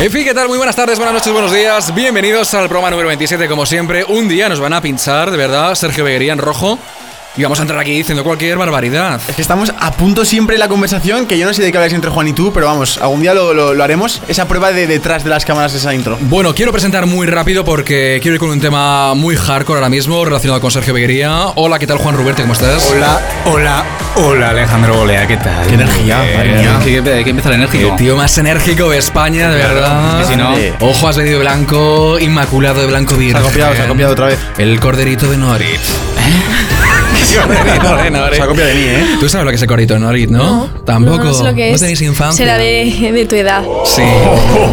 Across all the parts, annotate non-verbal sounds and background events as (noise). En fin, ¿qué tal? Muy buenas tardes, buenas noches, buenos días. Bienvenidos al programa número 27. Como siempre, un día nos van a pinchar, de verdad, Sergio Beguería en rojo. Y vamos a entrar aquí diciendo cualquier barbaridad. Es que estamos a punto siempre de la conversación, que yo no sé de qué habláis entre Juan y tú, pero vamos, algún día lo, lo- lo haremos. Esa prueba de detrás de las cámaras, esa intro. Bueno, quiero presentar muy rápido porque quiero ir con un tema muy hardcore ahora mismo relacionado con Sergio Beguería. Hola, ¿qué tal, Juan Ruberte? ¿Cómo estás? Hola, hola, hola Alejandro Olea, ¿qué tal? Qué energía, madre mía. Hay que, hay que empezar enérgico. El Eh, tío más enérgico de España, de Claro, verdad. que si no- Ojo, has venido de blanco, inmaculado de blanco virgen. ha copiado, se ha copiado otra vez. El corderito de (laughs) Norit. corderito de Norit. ¿Eh? Se ha copiado de mí, ¿eh? Tú sabes lo que es el corderito de Norit, ¿no? Tampoco. No, es lo que es. tenéis infancia. Será de, de tu edad. Sí.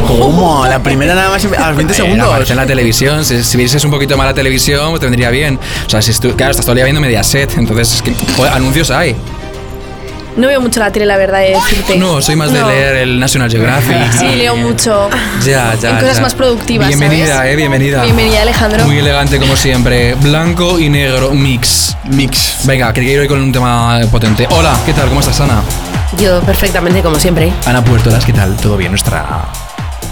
¿Cómo? La primera nada más a los 20 Eh, segundos. aparece en la televisión, si, si vieses un poquito más la televisión, pues te vendría bien. O sea, si estu- claro, estás todo el día viendo Mediaset, entonces es que joder, anuncios hay. No veo mucho la tele, la verdad, de decirte. No, soy más de No. leer el National Geographic. Sí, leo mucho. Ya, ya. en cosas ya. más productivas. Bienvenida, ¿sabes? eh, bienvenida. Bienvenida, Alejandro. Muy elegante como siempre. Blanco y negro mix. Mix. Venga, que quiero ir con un tema potente. Hola, ¿qué tal? ¿Cómo estás, Ana? Yo perfectamente, como siempre. Ana Puertolas, ¿qué tal? ¿Todo bien? Nuestra.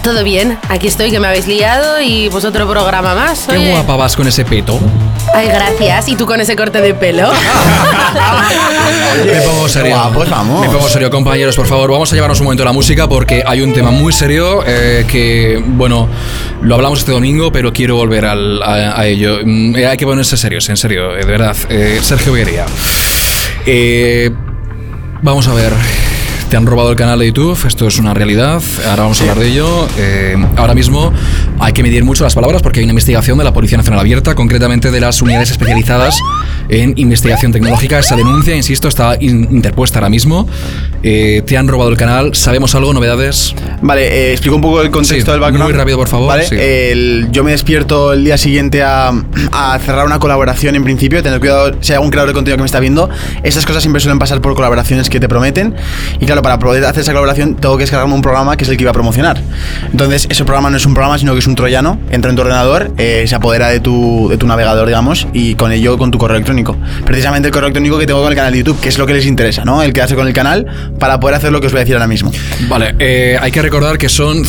Todo bien, aquí estoy, que me habéis liado y pues otro programa más. Qué oye. guapa vas con ese peto. Ay, gracias. ¿Y tú con ese corte de pelo? Me pongo serio. guapos, vamos. Me pongo serio, compañeros, por favor. Vamos a llevarnos un momento a la música porque hay un tema muy serio eh, que, bueno, lo hablamos este domingo, pero quiero volver al- a, a ello. Mm, eh, hay que ponerse serios, en serio, eh, de verdad. Eh, Sergio Viguería. Eh, vamos a ver. Te han robado el canal de YouTube, esto es una realidad, ahora vamos a hablar de ello. Eh, ahora mismo hay que medir mucho las palabras porque hay una investigación de la Policía Nacional Abierta, concretamente de las unidades especializadas en investigación tecnológica. Esa denuncia, insisto, está in- interpuesta ahora mismo. Eh, te han robado el canal, ¿sabemos algo? ¿Novedades? Vale, eh, explico un poco el contexto Sí, del background. muy rápido, por favor, Vale, eh, sí. el- yo me despierto el día siguiente a, a cerrar una colaboración en principio. Tener cuidado si hay algún creador de contenido que me está viendo. Estas cosas siempre suelen pasar por colaboraciones que te prometen. Y claro, para poder hacer esa colaboración tengo que descargarme un programa que es el que iba a promocionar. Entonces, ese programa no es un programa, sino que es un troyano. Entra en tu ordenador, eh, se apodera de tu, de tu navegador, digamos, y con ello con tu correo electrónico. Precisamente el correo electrónico que tengo con el canal de YouTube, que es lo que les interesa, ¿no? El quedarse con el canal para poder hacer lo que os voy a decir ahora mismo. Vale, eh, hay que recordar que son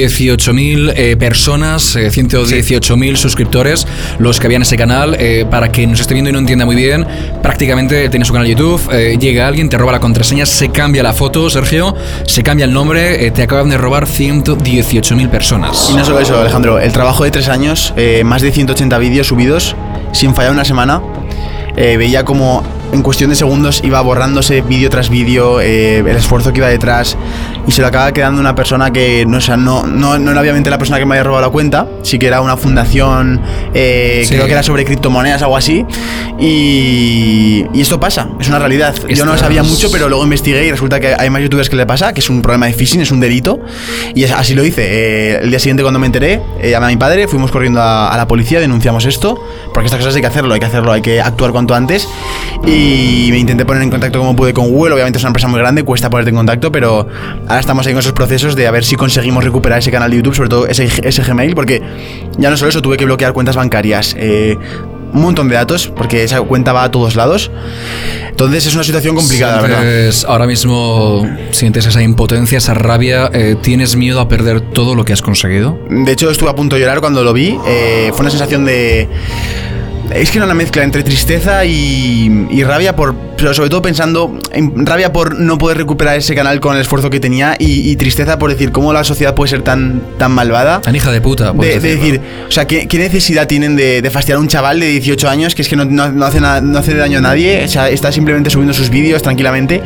118.000 eh, personas, eh, 118.000 suscriptores los que habían ese canal. eh, para quien nos esté viendo y no entienda muy bien, prácticamente tiene su canal de YouTube, eh, llega alguien, te roba la contraseña, se cambia la foto, Sergio, se cambia el nombre, eh, te acaban de robar 118.000 personas. Y no solo eso, Alejandro, el trabajo de tres años, eh, más de 180 vídeos subidos, sin fallar una semana, eh, veía como en cuestión de segundos iba borrándose vídeo tras vídeo, eh, el esfuerzo que iba detrás, y se lo acaba quedando una persona que no, o sea, no, no, no era obviamente la persona que me había robado la cuenta, sí que era una fundación, eh, Sí. creo que era sobre criptomonedas, algo así, y, y esto pasa, es una realidad. Yo no lo sabía Estás- mucho, pero luego investigué y resulta que hay más youtubers que le pasa, que es un problema de phishing, es un delito. Y es- así lo hice. Eh, el día siguiente cuando me enteré, eh, llamé a mi padre, fuimos corriendo a, a la policía, denunciamos esto, porque estas cosas hay que hacerlo, hay que hacerlo, hay que actuar cuanto antes. Y me intenté poner en contacto como pude con Google, obviamente es una empresa muy grande, cuesta ponerte en contacto, pero ahora estamos ahí con esos procesos de a ver si conseguimos recuperar ese canal de YouTube, sobre todo ese, ese Gmail, porque ya no solo eso, tuve que bloquear cuentas bancarias. eh, un montón de datos, porque esa cuenta va a todos lados. Entonces es una situación complicada, la verdad. Sientes- ahora mismo sientes esa impotencia, esa rabia, eh, tienes miedo a perder todo lo que has conseguido. De hecho, estuve a punto de llorar cuando lo vi. Eh, fue una sensación de. Es que era una mezcla entre tristeza y, y rabia, por, pero sobre todo pensando en rabia por no poder recuperar ese canal con el esfuerzo que tenía y, y tristeza por decir cómo la sociedad puede ser tan, tan malvada. Tan hija de puta, De, puedes de decir, decirlo. o sea, ¿qué, qué necesidad tienen de, de fastidiar a un chaval de 18 años que es que no, no- no hace, nada- no hace daño a nadie? O sea, está simplemente subiendo sus vídeos tranquilamente.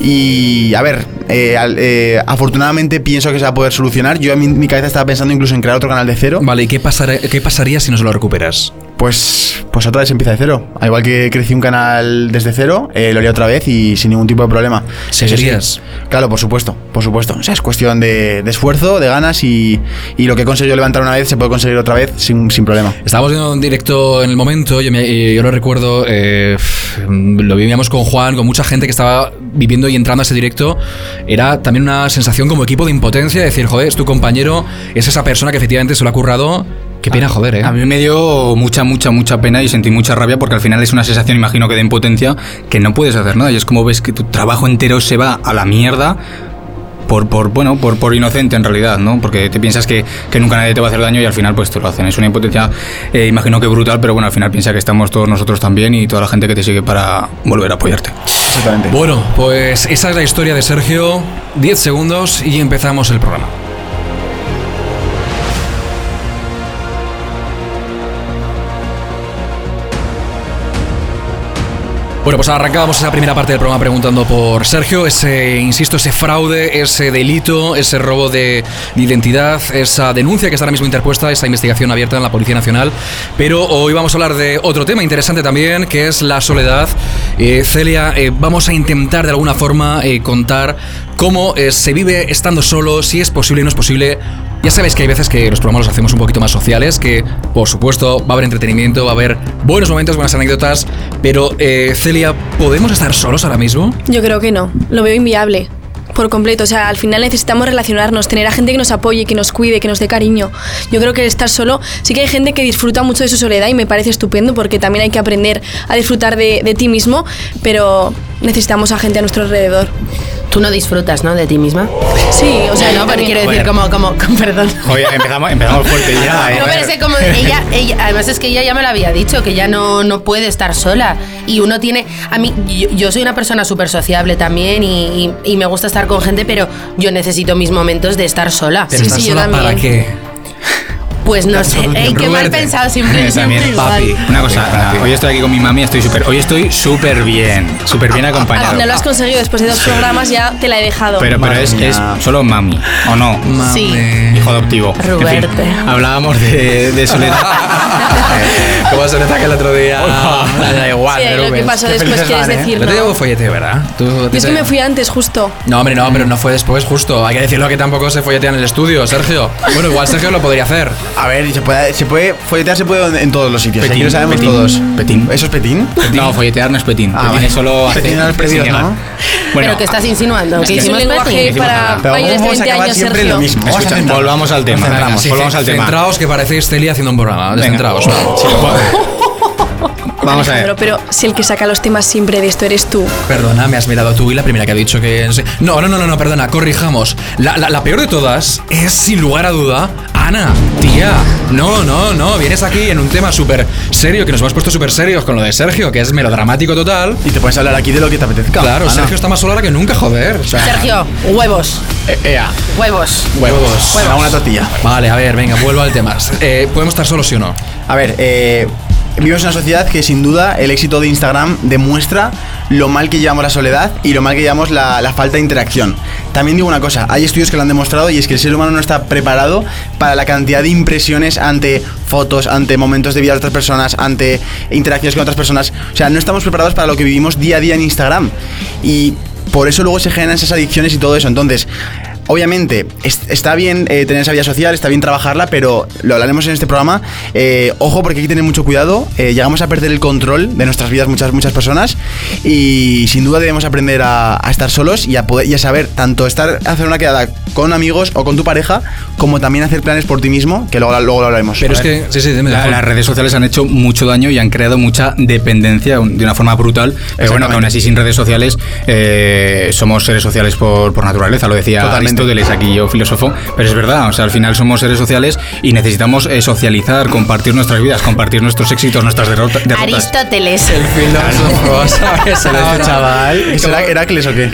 Y a ver, eh, al- eh, afortunadamente pienso que se va a poder solucionar. Yo en mi, mi cabeza estaba pensando incluso en crear otro canal de cero. Vale, ¿y qué, pasará- qué pasaría si no se lo recuperas? Pues, pues otra vez empieza de cero. Al igual que crecí un canal desde cero, eh, lo haría otra vez y sin ningún tipo de problema. Eso sí. ¿Seguirías? Claro, por supuesto, por supuesto. O sea, es cuestión de, de esfuerzo, de ganas y, y lo que he conseguido levantar una vez se puede conseguir otra vez sin, sin problema. Estábamos viendo en directo en el momento, yo, me- eh, yo lo recuerdo, eh, pf, lo vivíamos con Juan, con mucha gente que estaba viviendo y entrando a ese directo. Era también una sensación como equipo de impotencia, de decir, joder, es tu compañero, es esa persona que efectivamente se lo ha currado. Qué pena, joder, ¿eh? A mí me dio mucha, mucha, mucha pena y sentí mucha rabia porque al final es una sensación, imagino que de impotencia, que no puedes hacer nada. Y es como ves que tu trabajo entero se va a la mierda por, por bueno, por, por inocente en realidad, ¿no? Porque te piensas que, que nunca nadie te va a hacer daño y al final pues te lo hacen. Es una impotencia, eh, imagino que brutal, pero bueno, al final piensa que estamos todos nosotros también y toda la gente que te sigue para volver a apoyarte. Exactamente. (laughs) Bueno, pues esa es la historia de Sergio. 10 segundos y empezamos el programa. Bueno, pues arrancábamos esa primera parte del programa preguntando por Sergio, ese, insisto, ese fraude, ese delito, ese robo de, de identidad, esa denuncia que está ahora mismo interpuesta, esa investigación abierta en la Policía Nacional. Pero hoy vamos a hablar de otro tema interesante también, que es la soledad. Eh, Celia, eh, vamos a intentar de alguna forma eh, contar cómo eh, se vive estando solo, si es posible y no es posible. Ya sabéis que hay veces que los programas los hacemos un poquito más sociales, que por supuesto va a haber entretenimiento, va a haber buenos momentos, buenas anécdotas, pero eh, Celia, ¿podemos estar solos ahora mismo? Yo creo que no. Lo veo inviable. Por completo. O sea, al final necesitamos relacionarnos, tener a gente que nos apoye, que nos cuide, que nos dé cariño. Yo creo que estar solo. Sí que hay gente que disfruta mucho de su soledad y me parece estupendo porque también hay que aprender a disfrutar de, de ti mismo, pero necesitamos a gente a nuestro alrededor. Tú no disfrutas, ¿no? De ti misma. Sí, o O sea, sea, no, pero quiero decir Joder. como, como, con perdón. Oye, empezamos, empezamos fuerte ya, eh. No, pero es que como ella, ella- además es que ella ya me lo había dicho, que ya no, no puede estar sola. Y uno tiene, a mí, yo, yo soy una persona súper sociable también y, y- y me gusta estar con gente, pero yo necesito mis momentos de estar sola. Pero Sí, estar sí, yo sola para también. qué? Pues no sé, (laughs) ey, qué mal Roberto. pensado (laughs) siempre. siempre También, igual. papi. Una cosa, nada, hoy estoy aquí con mi mami, estoy súper, hoy estoy súper bien, súper bien acompañado. Ah, no lo ah. has conseguido después de dos programas, ya te la he dejado. Pero, pero Madre es, es mía. solo mami, ¿o no? Sí. Mame. Hijo adoptivo. En fin, Ruberte. hablábamos de, de (laughs) soledad. ¿Cómo se nota que el otro día? da igual, Sí, pero lo que ves. pasó Qué después felices quieres van, ¿eh? El decir. otro día ¿no? hubo folleteo, ¿verdad? Tú- Yo es que te- me fui antes, justo. No, hombre, no, pero no fue después, justo. Hay que decirlo que tampoco se folletea en el estudio, Sergio. Bueno, igual Sergio lo podría hacer. A ver, se puede, se puede folletear se puede en- en todos los sitios. Petín, aquí lo sabemos petín, todos. petín. ¿Eso es petín? No, folletear no es petín. Ah, petín vale. es solo hacer- Petín a los perdidos, señalar. ¿no? Bueno, pero que estás insinuando, que que es un hicimos lenguaje petting. para Pero mayores de vamos a 20 acabar años, siempre Sergio. lo mismo. Vamos a escucha, centrarnos. volvamos al tema. Venga, venga, sí, volvamos al tema. Centraos que parecéis Celia haciendo un programa. Venga. Centraos. va. Sí, Vamos a Alejandro, ver. pero si el que saca los temas siempre de esto eres tú. Perdona, me has mirado tú y la primera que ha dicho que... No, no, no, no, no perdona, corrijamos. La, la- la peor de todas es, sin lugar a duda, Ana, tía. No, no, no, vienes aquí en un tema súper serio, que nos hemos puesto súper serios con lo de Sergio, que es melodramático total. Y te puedes hablar aquí de lo que te apetezca. Claro, Ana. Sergio está más sola ahora que nunca, joder. O sea, Sergio, huevos, Eh, ea, huevos. Huevos. me da una tortilla. Vale, a ver, venga, vuelvo al tema. Eh, ¿Podemos estar solos, sí o no? A ver, eh, vivimos en una sociedad que sin duda el éxito de Instagram demuestra lo mal que llevamos la soledad y lo mal que llevamos la, la falta de interacción. También digo una cosa, hay estudios que lo han demostrado y es que el ser humano no está preparado para la cantidad de impresiones ante fotos, ante momentos de vida de otras personas, ante interacciones con otras personas. O sea, no estamos preparados para lo que vivimos día a día en Instagram. Y por eso luego se generan esas adicciones y todo eso. Entonces, Obviamente, es- está bien eh, tener esa vida social, está bien trabajarla, pero lo hablaremos en este programa. Eh, ojo, porque hay que tener mucho cuidado. eh, llegamos a perder el control de nuestras vidas muchas, muchas personas. Y sin duda debemos aprender a, a estar solos y a, poder, y a saber tanto estar hacer una quedada con amigos o con tu pareja, como también hacer planes por ti mismo, que luego, luego lo hablaremos. Pero A es ver. que... Sí, sí, dime. La- Juan. las redes sociales han hecho mucho daño y han creado mucha dependencia un- de una forma brutal. Pero bueno, que aún así sin redes sociales eh, somos seres sociales por, por naturaleza, lo decía Totalmente. Aristóteles, aquí yo filósofo, pero es verdad, o sea, al final somos seres sociales y necesitamos eh, socializar, compartir nuestras vidas, compartir nuestros éxitos, nuestras derrota- derrotas. Aristóteles. El filósofo, ¿sabes? El Pero este chaval, ¿eso ¿era Heracles o qué?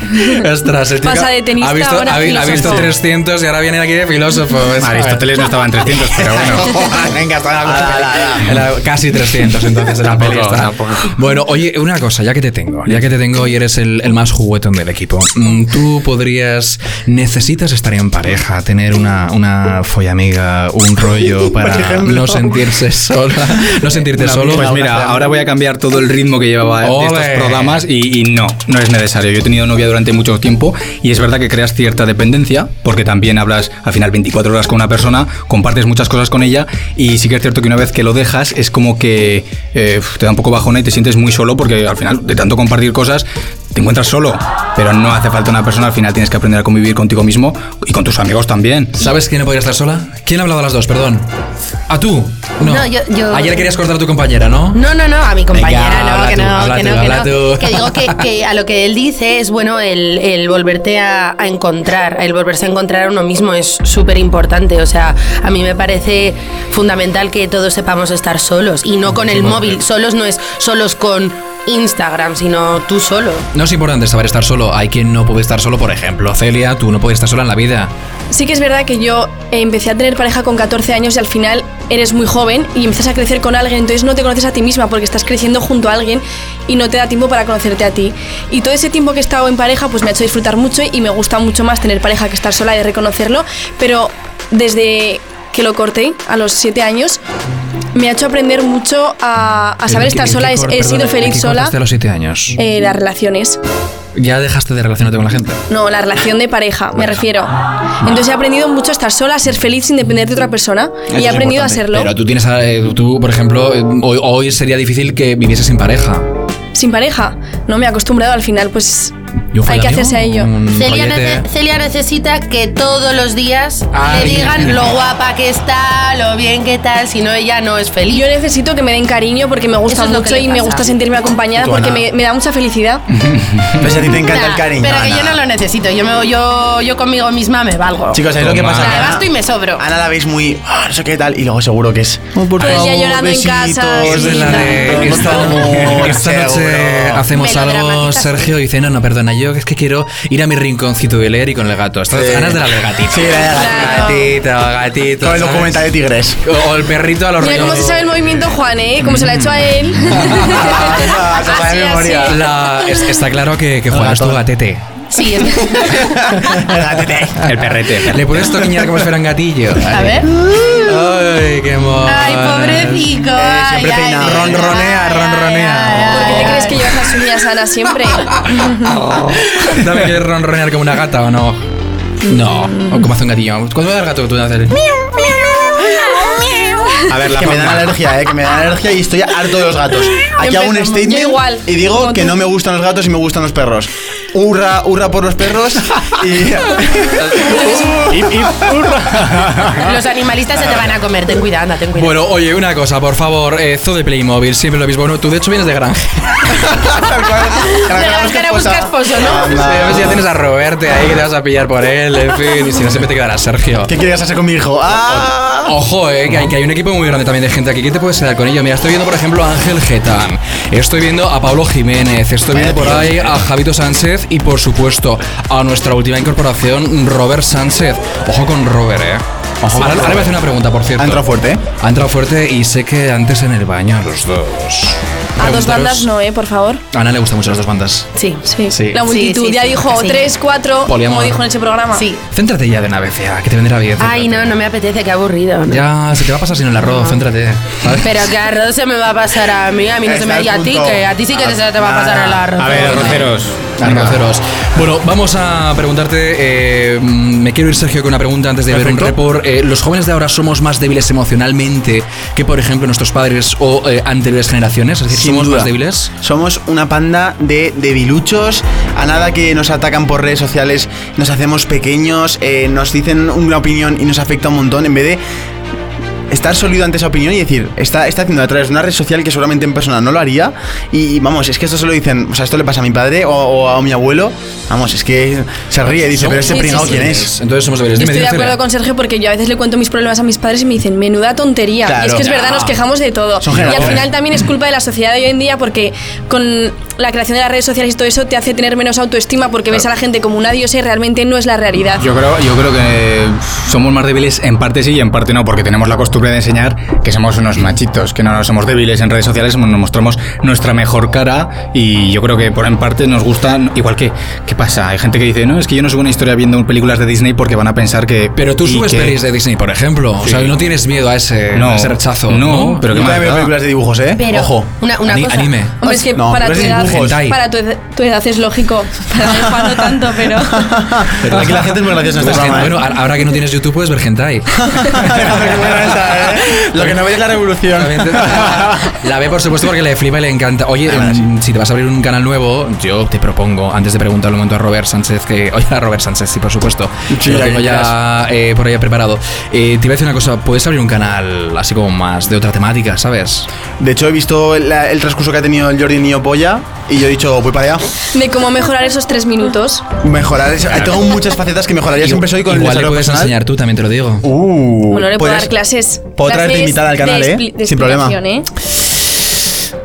Ostras, el tío Pasa de tenista ha visto, ahora a ha, vi- ha visto filósofo. 300 y ahora viene aquí de filósofo. ¿ves? Aristóteles no estaba en 300, pero (laughs) bueno. (laughs) Venga, está la Era casi 300 entonces de la Tampoco, peli está. tampoco. Bueno, oye, una cosa, ya que te tengo, ya que te tengo y eres el, el más juguetón del equipo, mm, tú podrías, necesitas estar en pareja, tener una, una follamiga, un rollo para no sentirse sola, no sentirte solo. Pues mira, ahora voy a cambiar todo el ritmo que llevaba de estos Ole. programas y, y no, no es necesario. Yo he tenido novia durante mucho tiempo y es verdad que creas cierta dependencia porque también hablas al final 24 horas con una persona, compartes muchas cosas con ella y sí que es cierto que una vez que lo dejas es como que eh, te da un poco bajona y te sientes muy solo porque al final de tanto compartir cosas te encuentras solo, pero no hace falta una persona, al final tienes que aprender a convivir contigo mismo y con tus amigos también. ¿Sabes quién no podría estar sola? ¿Quién ha hablado a las dos? Perdón. ¿A tú? No. No, yo- yo- Ayer querías cortar a tu compañera, ¿no? No, no, no, a mi compañera Venga, habla no, que tú, no, habla que tú, no, que habla no. tú. Que digo que, que a lo que él dice es bueno el, el volverte a, a encontrar, el volverse a encontrar a uno mismo es súper importante. O sea, a mí me parece fundamental que todos sepamos estar solos y no con el móvil. Solos no es solos con Instagram, sino tú solo. No es importante saber estar solo. Hay quien no puede estar solo, por ejemplo, Celia, tú no puedes estar sola en la vida. Sí que es verdad que yo eh, empecé a tener pareja con 14 años y al final eres muy joven y empiezas a crecer con alguien, entonces no te conoces a ti misma porque estás creciendo junto a alguien y no te da tiempo para conocerte a ti. Y todo ese tiempo que he estado en pareja pues me ha hecho disfrutar mucho y me gusta mucho más tener pareja que estar sola y reconocerlo, pero desde que lo corté a los 7 años me ha hecho aprender mucho a, a saber ¿En qué- estar en sola, qué he, cor- he perdona, sido ¿en feliz qué sola. cortaste a los siete años. eh, las relaciones. Ya dejaste de relacionarte con la gente. No, la relación de pareja, me refiero. Entonces he aprendido mucho a estar sola, a ser feliz sin depender de otra persona. Eso y he es aprendido a importante, serlo. Pero tú tienes, a- eh, tú, por ejemplo, eh, hoy, hoy sería difícil que vivieses sin pareja. Sin pareja. No me he acostumbrado al final, pues. ¿Y un Hay que follamio? hacerse a ello. ¿Un Celia, rollete? nece- Celia necesita que todos los días Ay. le digan lo guapa que está, lo bien que tal, si no ella no es feliz. Yo necesito que me den cariño porque me gusta Eso es lo mucho que le y me pasa. gusta sentirme acompañada Tú, porque Ana. me, me da mucha felicidad. (laughs) Pues a ti te encanta Nah, el cariño. Pero que yo Ana. no lo necesito. Yo, me, yo, yo conmigo misma me valgo. Chicos, ¿sabéis lo que Toma. pasa? O sea, Que me Ana- basto y me sobro. Ana la veis muy, ah, no sé qué tal, y luego seguro que es. Oh, por Ay, Pues ya llorando en besitos, casa, Es de la de ¿dónde (laughs) esta, estamos? esta noche Seguro. hacemos Me lo algo, dramatizaste. Sergio, y dice, no, no, perdona, yo es que quiero ir a mi rinconcito y leer y con el gato. Estas Sí. ganas de la del gatito. Sí, la de la- Gatito, gatito. Todo el ¿sabes? documental de Tigres. O, o el perrito a los Mira cómo se sabe el movimiento, Juan, ¿eh? Como se lo ha (laughs) hecho a él. (laughs) Ah, se sabe de así, memoria. así. La- eh, es- está claro que, que juegas gato. tu gatete. Sí, es (laughs) El perrete. Le puedes toquiñar como si fuera un (laughs) gatillo. A ver. Ay, qué mono. Ay, pobrecito. ay, siempre ay, peinado. ay, Ronronea, ay, ronronea. ay, ay, ¿Por qué te ay, crees ay. que llevas las uñas sanas (laughs) siempre? ¿Dame quieres ronronear como una gata o no? No, o como hace un gatillo. ¿Cuándo da el gato que tú haces? A ver, la que me dan forma. alergia, eh, que me dan alergia y estoy harto de los gatos. Aquí hago un empezamos. statement Yo igual, y como digo que tú. no me gustan los gatos y me gustan los perros. Hurra, hurra por los perros (laughs) y (laughs) Los animalistas se te van a comer. Ten cuidado, ten (laughs) cuidado. Bueno, oye, una cosa, por favor, eh, Zoo de Playmobil, siempre lo mismo. Bueno, tú de hecho vienes de granja. (laughs) vas a ir a buscar esposo, ¿no? Sí, a ver si ya tienes a Roberto ahí que te vas a pillar por él, en fin, y si no siempre te quedará Sergio. ¿Qué quieres hacer con mi hijo? ¡Ah! Ojo, eh, que hay, que hay un equipo muy grande también de gente aquí. ¿Quién te puedes quedar con ellos? Mira, estoy viendo, por ejemplo, a Ángel Getán. Estoy viendo a Pablo Jiménez. Estoy viendo por ahí a Javito Sánchez. Y, por supuesto, a nuestra última incorporación, Robert Sánchez. Ojo con Robert, eh. Ojo, ahora, ahora voy a hacer una pregunta, por cierto. Ha entrado fuerte, ¿eh? Ha entrado fuerte y sé que antes en el baño a los dos. A dos Preguntaros- bandas no, ¿eh? Por favor. A Ana le gustan mucho las dos bandas. Sí. Sí. Sí. La Sí, multitud sí, ya sí. dijo Sí. tres, cuatro, como Poliamor. dijo en ese programa. Sí. Céntrate ya de una vez, ya, que te vendrá bien. Ay, no, céntrate. no me apetece, qué aburrido. ¿no? Ya, se te va a pasar sin el (laughs) arroz, céntrate. ¿sabes? Pero que arroz se me va a pasar a mí, a mí no se Está me el y a ti, punto. Ah, que a ti sí que se te va a Nada. pasar el arroz. A ver, arroceros. Venga, ceros. Bueno, vamos a preguntarte. eh, mm, me quiero ir, Sergio, con una pregunta antes de ver Perfecto. un report. Eh, los jóvenes de ahora somos más débiles emocionalmente que, por ejemplo, nuestros padres o eh, anteriores generaciones. Es decir, Sin somos duda. más débiles. Somos una panda de debiluchos. A nada que nos atacan por redes sociales, nos hacemos pequeños, eh, nos dicen una opinión y nos afecta un montón. En vez de estar sólido ante esa opinión y decir, está, está haciendo a través de una red social que seguramente en persona no lo haría. Y, y vamos, es que esto se lo dicen, o sea, esto le pasa a mi padre o, o a mi abuelo. Vamos, es que se ríe y dice, pero este sí, pringao, sí, ¿quién sí. es? Entonces somos débiles. Dime, Estoy de dime, acuerdo Celia. con Sergio porque yo a veces le cuento mis problemas a mis padres y me dicen, menuda tontería. Claro. y es que es verdad, No. nos quejamos de todo. Son Y al generaciones. final también es culpa de la sociedad de hoy en día porque con la creación de las redes sociales y todo eso te hace tener menos autoestima porque ves a la gente como una diosa y realmente no es la realidad. Yo creo, yo creo que somos más débiles en parte sí y en parte no, porque tenemos la costumbre de enseñar que somos unos machitos, que no somos débiles en redes sociales, nos mostramos nuestra mejor cara y yo creo que por en parte nos gusta, igual que, ¿qué pasa? Hay gente que dice, no, es que yo no subo una historia viendo películas de Disney porque van a pensar que... Pero tú y subes que- pelis de Disney, por ejemplo. O sea, no tienes miedo a ese, No. a ese rechazo. No, ¿no? pero Yo también qué más veo da. películas de dibujos, ¿eh? Pero, Ojo. una, una Ani- cosa. anime. Hombre, es que No, para, pero tu es edad, dibujos. Hentai. para tu, ed- tu edad es lógico. (laughs) Para mí, Juan, no tanto, pero... (laughs) Pero aquí la gente es muy graciosa en este Pues, programa. bueno, ¿eh? ahora que no tienes YouTube puedes ver hentai. Déjame que me lo Hostia, ¿eh? (laughs) Lo que no veis es la revolución. También te- La ve, por supuesto, porque le flipa y le encanta. Oye, Ah, sí. mm, si te vas a abrir un canal nuevo, yo te propongo, antes de preguntarle un momento a Robert Sánchez, que. (laughs) Oye, a Robert Sánchez, sí, por supuesto. Sí, lo ya tengo que ya eh, por allá preparado. Eh, te iba a decir una cosa, puedes abrir un canal así como más de otra temática, ¿sabes? De hecho, he visto el, la- el transcurso que ha tenido el Jordi Nio Polla y yo he dicho, voy para allá. De cómo mejorar esos tres minutos. Mejorar eso. Tengo muchas facetas que mejoraría. Siempre soy con el Igual le desarrollo puedes personal. enseñar tú, también te lo digo. Uh, Bueno, le puedo podrías- dar clases. puedo traerte clases invitada al de canal, ¿eh? expli- de Sin problema. explicación, ¿eh?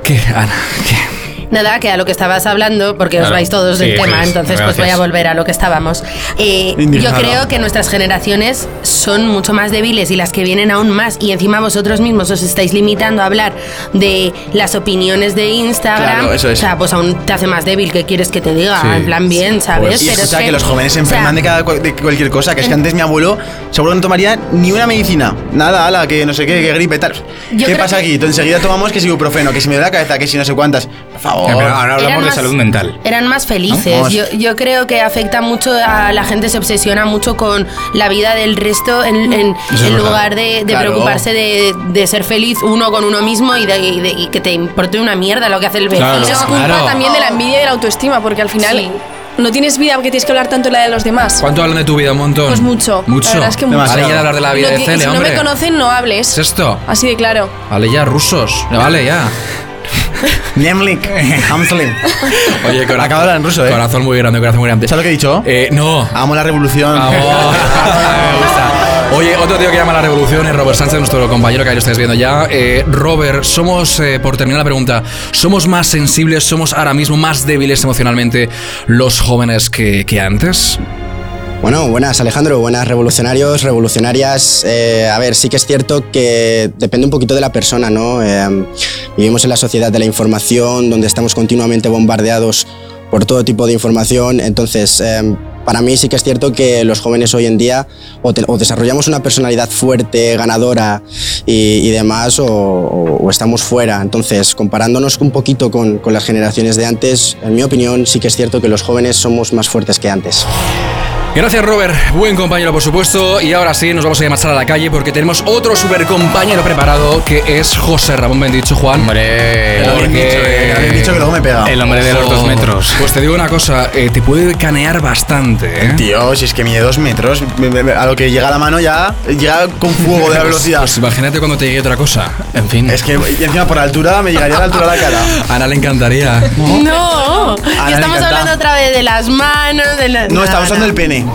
¿Qué, Ana? ¿Qué? Nada, que a lo que estabas hablando, porque os Claro. vais todos Sí, del eso tema, es. entonces pues voy Gracias. a volver a lo que estábamos. Eh, yo Indignado. creo que nuestras generaciones son mucho más débiles y las que vienen aún más, y encima vosotros mismos os estáis limitando a hablar de las opiniones de Instagram. Claro, eso es. O sea, pues aún te hace más débil, ¿qué quieres que te diga? Sí. en plan bien, pues, ¿sabes? Pues, Y Pero escucha es que, los jóvenes se o sea, enferman de, cada, cua- de cualquier cosa, que es que antes mi abuelo seguro que no tomaría ni una medicina. Nada, ala, que no sé qué, que gripe, tal. Yo ¿Qué creo pasa que- aquí? Entonces, enseguida tomamos que si ibuprofeno, que si me duele la cabeza, que si no sé cuántas. Por favor. Eh, pero ahora Eran hablamos de más- (laughs) salud mental. Eran más felices. Vamos. Yo, yo creo que afecta mucho a la gente, se obsesiona mucho con la vida del resto en, en- es en verdad. lugar de, de Claro. preocuparse de, de ser feliz uno con uno mismo y, de, y de- y que te importe una mierda lo que hace el vecino. Claro. Y es culpa Claro. también de la envidia y de la autoestima, porque al final Sí. no tienes vida porque tienes que hablar tanto de la de los demás. ¿Cuánto hablan de tu vida? Un montón. Pues mucho. Mucho. La verdad es que mucho. Vale, ya de hablar de la vida Y no de ti- Cele, y si no hombre. me conocen, no hables. ¿Es esto? Así de claro. Vale, ya, rusos. Vale, ya. Nemlik, Hamslin. Oye, corazón. Acabo de hablar en ruso, ¿eh? Corazón muy grande, corazón muy grande. ¿Sabes lo que he dicho? Eh, no. Amo la revolución. Vamos. Me gusta. Oye, otro tío que llama a la revolución es Robert Sánchez, nuestro compañero que ahí lo estáis viendo ya. Eh, Robert, somos, eh, por terminar la pregunta, ¿somos más sensibles, somos ahora mismo más débiles emocionalmente los jóvenes que, que antes? Bueno, buenas Alejandro, buenas revolucionarios, revolucionarias. Eh, a ver, sí que es cierto que depende un poquito de la persona, ¿no? Eh, vivimos en la sociedad de la información, donde estamos continuamente bombardeados por todo tipo de información. Entonces, eh, para mí sí que es cierto que los jóvenes hoy en día o, te- o desarrollamos una personalidad fuerte, ganadora y, y demás, o, o- o estamos fuera. Entonces, comparándonos un poquito con, con las generaciones de antes, en mi opinión sí que es cierto que los jóvenes somos más fuertes que antes. Gracias, Robert. Buen compañero, por supuesto. Y ahora sí, nos vamos a marchar a la calle porque tenemos otro super compañero preparado que es José Ramón Bendicho Juan. Hombre, Porque- Bien dicho, eh, bien dicho que luego me Oh. pega. el hombre de los dos Ojo. metros. Pues te digo una cosa, eh, te puede canear bastante, ¿eh? Tío, si es que mide dos metros, me- me- me- a lo que llega la mano ya llega con fuego (laughs) de la velocidad. Pues imagínate cuando te llegue otra cosa. En fin. Es que y encima por altura (laughs) me llegaría a la altura de la cara. A Ana le encantaría. No, Ana, y le estamos encanta. hablando otra vez de las manos, de la- No, estamos no, usando no. el pene.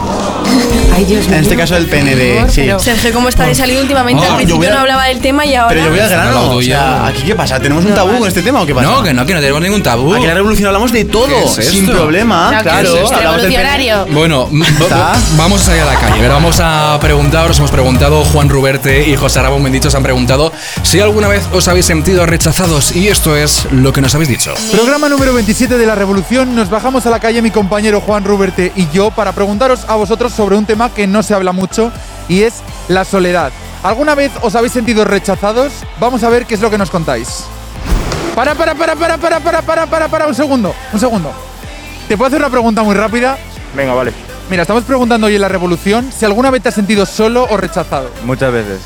Ay, Dios En mío, este caso el pene de. por favor, Sí. pero- Sergio, ¿cómo está de salido últimamente? Oh, yo al principio voy a- no hablaba del tema y ahora. Pero yo voy al grano. hablando O sea, tuyo. ¿aquí qué pasa? ¿Tenemos un tabú con este tema o qué pasa? No, que no, que no tenemos ningún tabú. Aquí en la revolución hablamos de todo, ¿Qué es sin esto? problema, No, que claro. es hablamos del pene. revolucionario. Bueno, m- va- ¿Está? vamos a salir a la calle. Pero vamos a preguntar, os hemos preguntado, Juan Ruberte y José Ramón Benditos han preguntado si alguna vez os habéis sentido rechazados y esto es lo que nos habéis dicho. Programa número 27 de La Revolución. Nos bajamos a la calle mi compañero Juan Ruberte y yo para preguntaros a vosotros sobre un tema que no se habla mucho y es la soledad. ¿Alguna vez os habéis sentido rechazados? Vamos a ver qué es lo que nos contáis. Para, para, para, para, para, para, para, para, para, un segundo, un segundo. ¿Te puedo hacer una pregunta muy rápida? Venga, vale. Mira, estamos preguntando hoy en La Revolución si alguna vez te has sentido solo o rechazado. Muchas veces.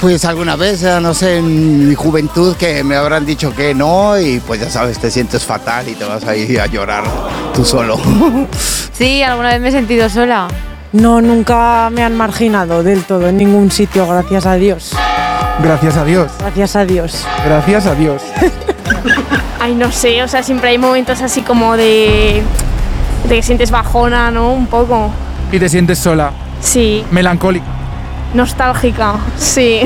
Pues alguna vez, eh, no sé, en mi juventud que me habrán dicho que no y pues ya sabes, te sientes fatal y te vas a ir a llorar tú solo. (laughs) Sí, alguna vez me he sentido sola. No, nunca me han marginado del todo en ningún sitio, gracias a Dios. Gracias a Dios, Gracias a Dios. gracias a Dios. Ay, no sé, o sea, siempre hay momentos así como de. de que sientes bajona, ¿no? Un poco. Y te sientes sola, Sí, melancólica. nostálgica, sí.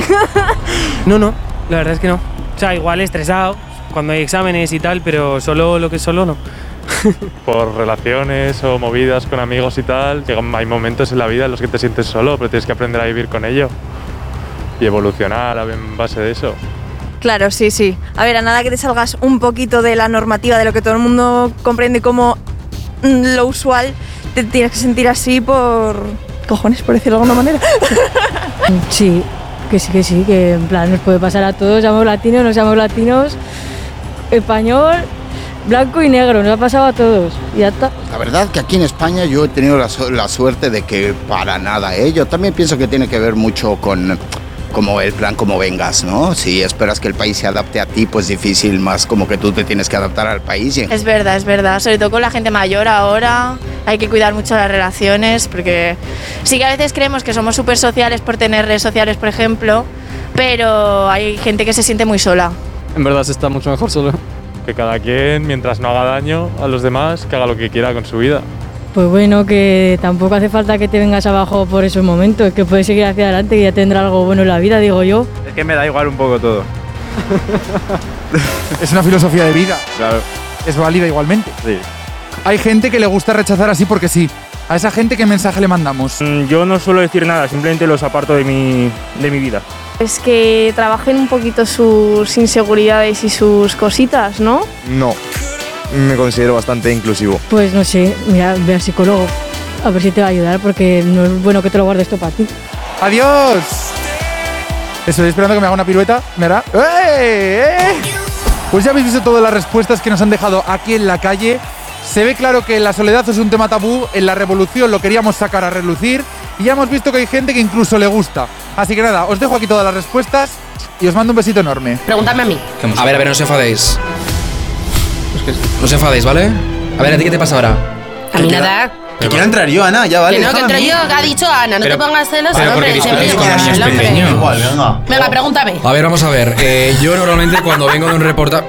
(laughs) No, no, la verdad es que no. O sea, igual estresado cuando hay exámenes y tal, pero solo lo que es solo no. Por relaciones o movidas con amigos y tal, llegan- hay momentos en la vida en los que te sientes solo, pero tienes que aprender a vivir con ello y evolucionar a- en base de eso. Claro, sí, sí. A ver, a nada que te salgas un poquito de la normativa, de lo que todo el mundo comprende como mm, lo usual, te tienes que sentir así por. cojones, por decirlo de alguna manera. Sí, que sí, que sí, que en plan nos puede pasar a todos, seamos latinos, no seamos latinos, español, blanco y negro, nos ha pasado a todos. Y ya está. La verdad que aquí en España yo he tenido la, su- la suerte de que para nada, ¿eh? Yo también pienso que tiene que ver mucho con como el plan como vengas, ¿no? Si esperas que el país se adapte a ti, pues difícil más como que tú te tienes que adaptar al país. y en Es verdad, es verdad. Sobre todo con la gente mayor ahora. Hay que cuidar mucho las relaciones porque sí que a veces creemos que somos súper sociales por tener redes sociales, por ejemplo, pero hay gente que se siente muy sola. En verdad se está mucho mejor solo. Que cada quien, mientras no haga daño a los demás, que haga lo que quiera con su vida. Pues bueno, que tampoco hace falta que te vengas abajo por esos momentos, que puedes seguir hacia adelante y ya tendrá algo bueno en la vida, digo yo. Es que me da igual un poco todo. (laughs) Es una filosofía de vida. Claro. Es válida igualmente. Hay gente que le gusta rechazar así porque sí. A esa gente, ¿qué mensaje le mandamos? Mm, Yo no suelo decir nada, simplemente los aparto de mi, de mi vida. Es que trabajen un poquito sus inseguridades y sus cositas, ¿no? No, me considero bastante inclusivo. Pues no sé, mira, ve al psicólogo, a ver si te va a ayudar, porque no es bueno que te lo guardes esto para ti. ¡Adiós! Estoy esperando que me haga una pirueta. Me hará. ¡Ey! ¡Eh! Pues ya habéis visto todas las respuestas que nos han dejado aquí en la calle. Se ve claro que la soledad es un tema tabú, en la revolución lo queríamos sacar a relucir y ya hemos visto que hay gente que incluso le gusta. Así que nada, os dejo aquí todas las respuestas y os mando un besito enorme. Pregúntame a mí. A ver, a ver, no os enfadéis. No os enfadéis, ¿vale? A ver, ¿a ti qué te pasa ahora? A mí nada. Que quiero entrar yo, Ana, ya vale. que no, que entro yo, que ha dicho Ana, Ah, no Pero- te pongas celos. pero hombre, porque te discutáis con venga, los niños hombre. pequeños. Igual, venga. Venga, pregúntame. A ver, vamos a ver. eh, yo normalmente cuando vengo de un reportaje.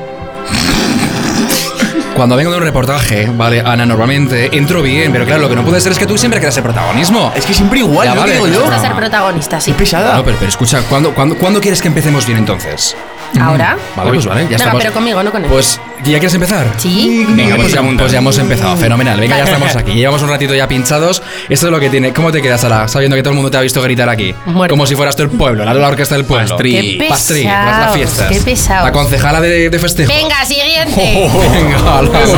Cuando vengo de un reportaje, vale, Ana, normalmente entro bien, pero claro, lo que no puede ser es que tú siempre quieras el protagonismo. Es que siempre igual, Yo digo yo. Vamos a ser protagonistas, sí. No, pero, pero escucha, ¿cuándo, cuándo, cuándo quieres que empecemos bien entonces? Ahora. Vale, pues vale, ya Venga, estamos. pero conmigo, no con él. Pues, ¿ya quieres empezar? Sí. Venga, pues ya, pues ya hemos empezado. Fenomenal. Venga, ya estamos aquí. Llevamos un ratito ya pinchados. Esto es lo que tiene. ¿Cómo te quedas, Sara? Sabiendo que todo el mundo te ha visto gritar aquí. Muerto. Como si fueras tú el pueblo, la, la orquesta del pueblo. Pastri. Qué Pastri, pesaos, las, las fiestas. qué pesaos. La concejala de, de festejo. Venga, siguiente. (laughs) Venga, al lado.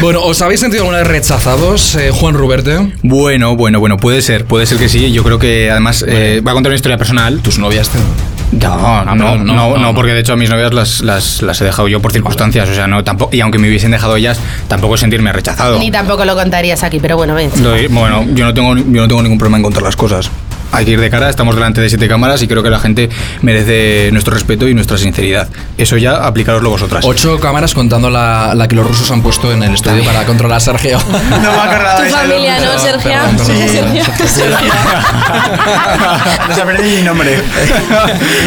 Bueno, ¿os habéis sentido alguna vez rechazados, eh, Juan Ruberte? Bueno, bueno, bueno, puede ser, puede ser que sí. Yo creo que además eh, va a contar una historia personal. ¿Tus novias te.? Ah, No, no, no, perdón, no, no, no, no. porque de hecho a mis novias las, las, las he dejado yo por circunstancias, o sea, no, tampoco, y aunque me hubiesen dejado ellas, tampoco sentirme rechazado. Ni tampoco lo contarías aquí, pero bueno, ven. Lo di- bueno, yo no, tengo, yo no tengo ningún problema en contar las cosas. Hay que ir de cara, estamos delante de siete cámaras y creo que la gente merece nuestro respeto y nuestra sinceridad. Eso ya aplicároslo vosotras. Ocho cámaras contando la, la que los rusos han puesto en el estudio para controlar a Sergio. No me acordaba Tu de esa familia, locura. ¿no, (laughs) Sergio? Perdón, perdón, Sí, perdón. (laughs) No se aprende mi nombre.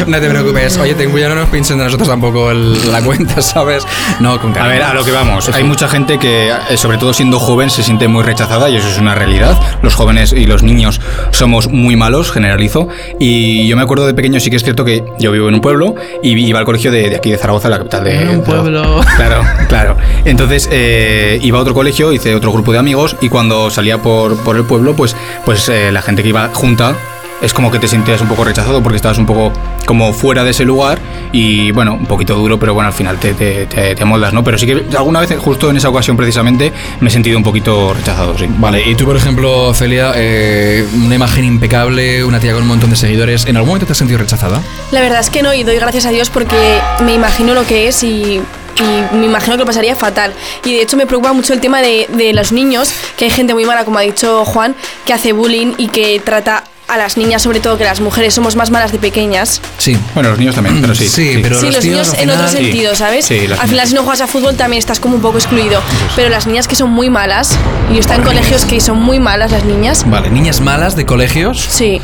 No te preocupes. Oye, ten cuidado, no nos pinchen de nosotros tampoco el- la cuenta, (laughs) ¿sabes? No, con A calma. ver, a lo que vamos. Eso. Hay mucha gente que, eh, sobre todo siendo joven, se siente muy rechazada y eso es una realidad. Los jóvenes y los niños somos muy malos, generalizo. Y yo me acuerdo de pequeño, sí que es cierto que yo vivo en un pueblo y vi- iba al colegio de, de aquí de Zaragoza, la capital de. En un pueblo. (laughs) Claro, claro. Entonces eh, iba a otro colegio, hice otro grupo de amigos y cuando salía por, por el pueblo, pues, pues eh, la gente que iba junta es como que te sentías un poco rechazado porque estabas un poco como fuera de ese lugar y bueno, un poquito duro, pero bueno, al final te, te, te- te amoldas, ¿no? Pero sí que alguna vez, justo en esa ocasión precisamente, me he sentido un poquito rechazado, sí. Vale, y tú, por ejemplo, Celia, eh, una imagen impecable, una tía con un montón de seguidores. ¿En algún momento te has sentido rechazada? La verdad es que no, y doy gracias a Dios porque me imagino lo que es y, y me imagino que lo pasaría fatal. Y de hecho me preocupa mucho el tema de, de los niños, que hay gente muy mala, como ha dicho Juan, que hace bullying y que trata a las niñas, sobre todo que las mujeres somos más malas de pequeñas. Sí. Bueno, los niños también, pero sí. Sí, pero sí, los niños, en otro sentido, ¿sabes? Sí, los al final, si no juegas a fútbol, también estás como un poco excluido. Pero las niñas que son muy malas, y yo estaba en colegios que son muy malas las niñas, Vale, niñas malas de colegios. sí.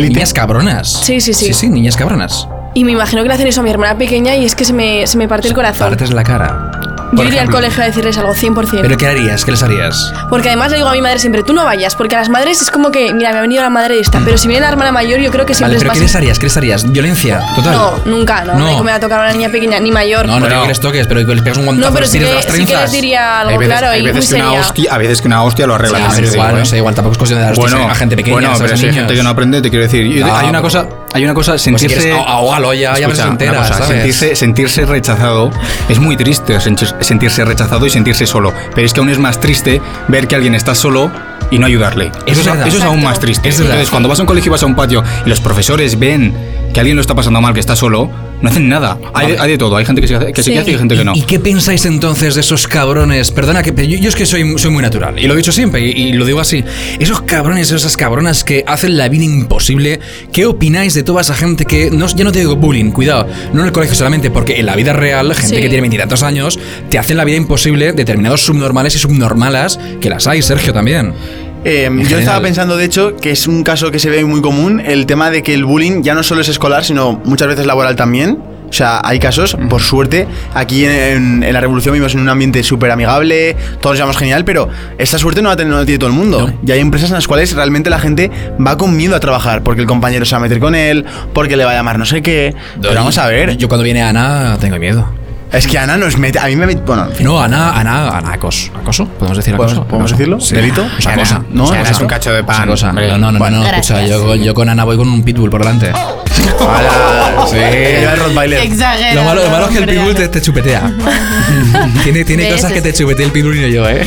Niñas cabronas. Sí, sí, sí. Sí, sí, niñas cabronas. Y me imagino que le hacen eso a mi hermana pequeña y es que se me, se me parte el corazón. Partes la cara. Yo Por iría al ejemplo. colegio a decirles algo 100%. ¿Pero qué harías? ¿Qué les harías? Porque además le digo a mi madre siempre, tú no vayas, porque a las madres es como que, mira, me ha venido la madre de esta, pero si viene la hermana mayor, yo creo que Vale, siempre pero ¿qué les les pasa. harías? ¿Qué les harías? ¿Violencia? Total. No, nunca, no. No. Digo, me va a tocar a una niña pequeña, ni mayor. No, no digo que les toques, pero que les pegas un guantazo, No, pero les sí tires que- de las sí que trenzas. les diría algo Hay veces- claro hay y veces muy que una seria. hostia- a veces que una hostia lo arregla. Sí, también pero te digo, igual, ¿eh? no sé, igual tampoco es cuestión de dar hostias a gente pequeña, Bueno, ¿sabes? pero si hay Niños. Ah, gente que no aprende, te quiero decir. yo- No, hay una pero- cosa, hay una cosa, si sentirse. quieres, ah- ahógalo ya, ya verás una entera, cosa, ¿sabes? sentirse, sentirse rechazado es muy triste, sentir- sentirse rechazado y sentirse solo. Pero es que aún es más triste ver que alguien está solo y no ayudarle. Es Eso, es, verdad. eso es aún más triste. Es verdad. Entonces, cuando vas a un colegio y vas a un patio y los profesores ven que alguien lo está pasando mal, que está solo, No hacen nada. Hay, de- hay de todo. Hay gente que sí hace, que sí que hace y hay gente que no. ¿Y qué pensáis entonces de esos cabrones? Perdona que yo, yo es que soy, soy muy natural y lo he dicho siempre y, y lo digo así. Esos cabrones, esas cabronas que hacen la vida imposible. ¿Qué opináis de toda esa gente que no ya no te digo bullying, cuidado, no en el colegio solamente, porque en la vida real gente Sí. que tiene veintitantos años te hacen la vida imposible determinados subnormales y subnormalas que las hay, Sergio también. Em, yo estaba pensando, de hecho, que es un caso que se ve muy común, el tema de que el bullying ya no solo es escolar, sino muchas veces laboral también. O sea, hay casos, por suerte, aquí en, en- en la Revolución vivimos en un ambiente súper amigable, todos llevamos genial, pero esta suerte no la, ten- no la tiene todo el mundo. Y hay empresas en las cuales realmente la gente va con miedo a trabajar, porque el compañero se va a meter con él, porque le va a llamar no sé qué. Pero vamos a ver. Yo cuando viene Ana tengo miedo. Es que Ana nos mete. A mí me mete. Bueno, en fin. No, Ana, Ana, Ana, acoso. ¿Acoso? ¿Podemos decir acoso? ¿Podemos- podemos decirlo? ¿Delito? O sea, cosa. Ana, no, O sea, Ana cosa. es un cacho de pan, O sea, cosa. hombre. No, no, no, Bueno. no, escucha, yo, yo con Ana voy con un pitbull por delante. (laughs) Sí. Yo al Rottweiler. Exagerado, Lo malo, lo malo es que el hombre, pitbull te, te chupetea. (laughs) tiene tiene Eso cosas que te chupetea el pitbull y no yo, ¿eh?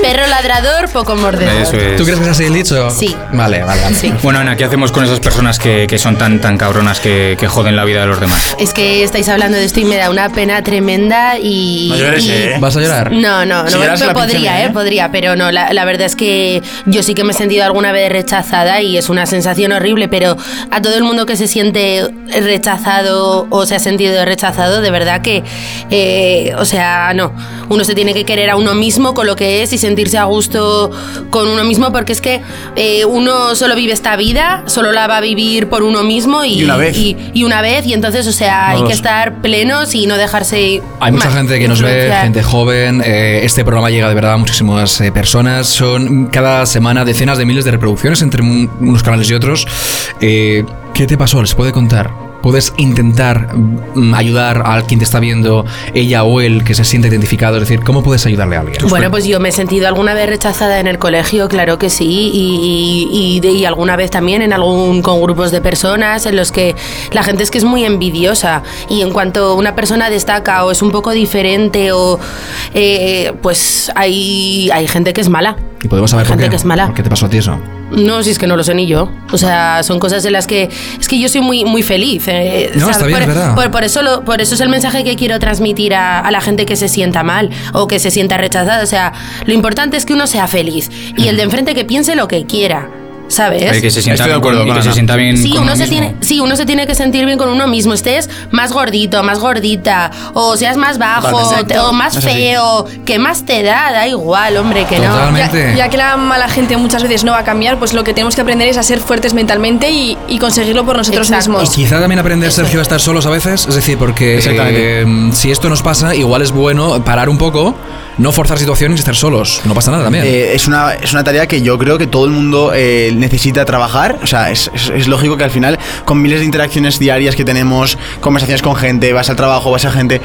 Perro ladrador, poco mordedor. ¿Tú crees que es así el dicho? Sí. Vale, vale. vale. Bueno, Ana, ¿qué hacemos con esas personas que, que son tan, tan cabronas que, que joden la vida de los demás? Es que estáis hablando de esto y me da una pena tremenda y... y- ¿Vas a llorar? No, no, no, Si lloras, pero la pinche podría, mía, eh, ¿eh? podría, pero no, la, la verdad es que yo sí que me he sentido alguna vez rechazada y es una sensación horrible, pero a todo el mundo que se siente rechazado o se ha sentido rechazado, de verdad que, eh, o sea, no, uno se tiene que querer a uno mismo con lo que es y sentirse a gusto con uno mismo, porque es que eh, uno solo vive esta vida, solo la va a vivir por uno mismo y, Y una vez. y, y una vez, y entonces, o sea, hay No que dos. estar plenos y no dejarse... Hay mucha mal gente que nos ve, influenciar. gente joven. eh, este programa llega de verdad a muchísimas eh, personas. Son cada semana decenas de miles de reproducciones entre un- unos canales y otros. Eh, ¿Qué te pasó? ¿Les puede contar? ¿Puedes intentar mm, ayudar a quien te está viendo, ella o él, que se siente identificado? Es decir, ¿cómo puedes ayudarle a alguien? Bueno, pues yo me he sentido alguna vez rechazada en el colegio, claro que sí, y, y- y de- y alguna vez también en algún con grupos de personas en los que la gente es que es muy envidiosa y en cuanto una persona destaca o es un poco diferente o eh, pues hay hay gente que es mala. Y podemos saber por gente qué. que es mala. ¿Por qué te pasó a ti eso? No, si es que no lo sé ni yo. O sea, son cosas en las que es que yo soy muy muy feliz. eh, No, está bien, por, es verdad. por- por eso lo- por eso es el mensaje que quiero transmitir a, a la gente que se sienta mal o que se sienta rechazada. O sea, lo importante es que uno sea feliz y el de enfrente que piense lo que quiera, ¿sabes? Ay, que se sienta Estoy de bien acuerdo con- y con que se Ana. sienta bien Sí con uno, uno se mismo. tiene, sí, uno se tiene que sentir bien con uno mismo. Estés más gordito, más gordita, o seas más bajo, Totalmente. te- o más Eso sí. feo, que más te da, da igual, hombre, que no. Ya, ya que la mala gente muchas veces no va a cambiar, pues lo que tenemos que aprender es a ser fuertes mentalmente y, y conseguirlo por nosotros Y mismos. quizá también aprender, Sergio, a estar solos a veces. Es decir, porque Exactamente. eh, si esto nos pasa, igual es bueno parar un poco, no forzar situaciones y estar solos. No pasa nada también. Eh, es, una, es una tarea que yo creo que todo el mundo eh, necesita trabajar. O sea, es, es- es lógico que al final, con miles de interacciones diarias que tenemos, conversaciones con gente, vas al trabajo, vas a gente,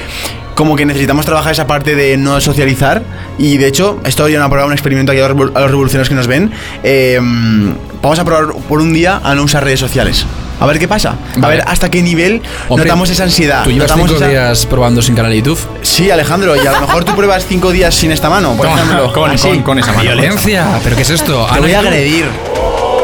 como que necesitamos trabajar esa parte de no socializar. Y de hecho, esto ya no ha probado un experimento aquí a los, revol- a los revolucionarios que nos ven. Eh, vamos a probar por un día a no usar redes sociales. A ver qué pasa. A ver hasta qué nivel Hombre, notamos esa ansiedad. Tú llevas notamos cinco esa- días probando sin canal de YouTube. Sí, Alejandro, y a lo mejor tú pruebas cinco días sin esta mano, por Toma, ejemplo. con- Así. con- con esa mano. Violencia, ¿pero qué es esto? Te Ana, voy a tú- agredir.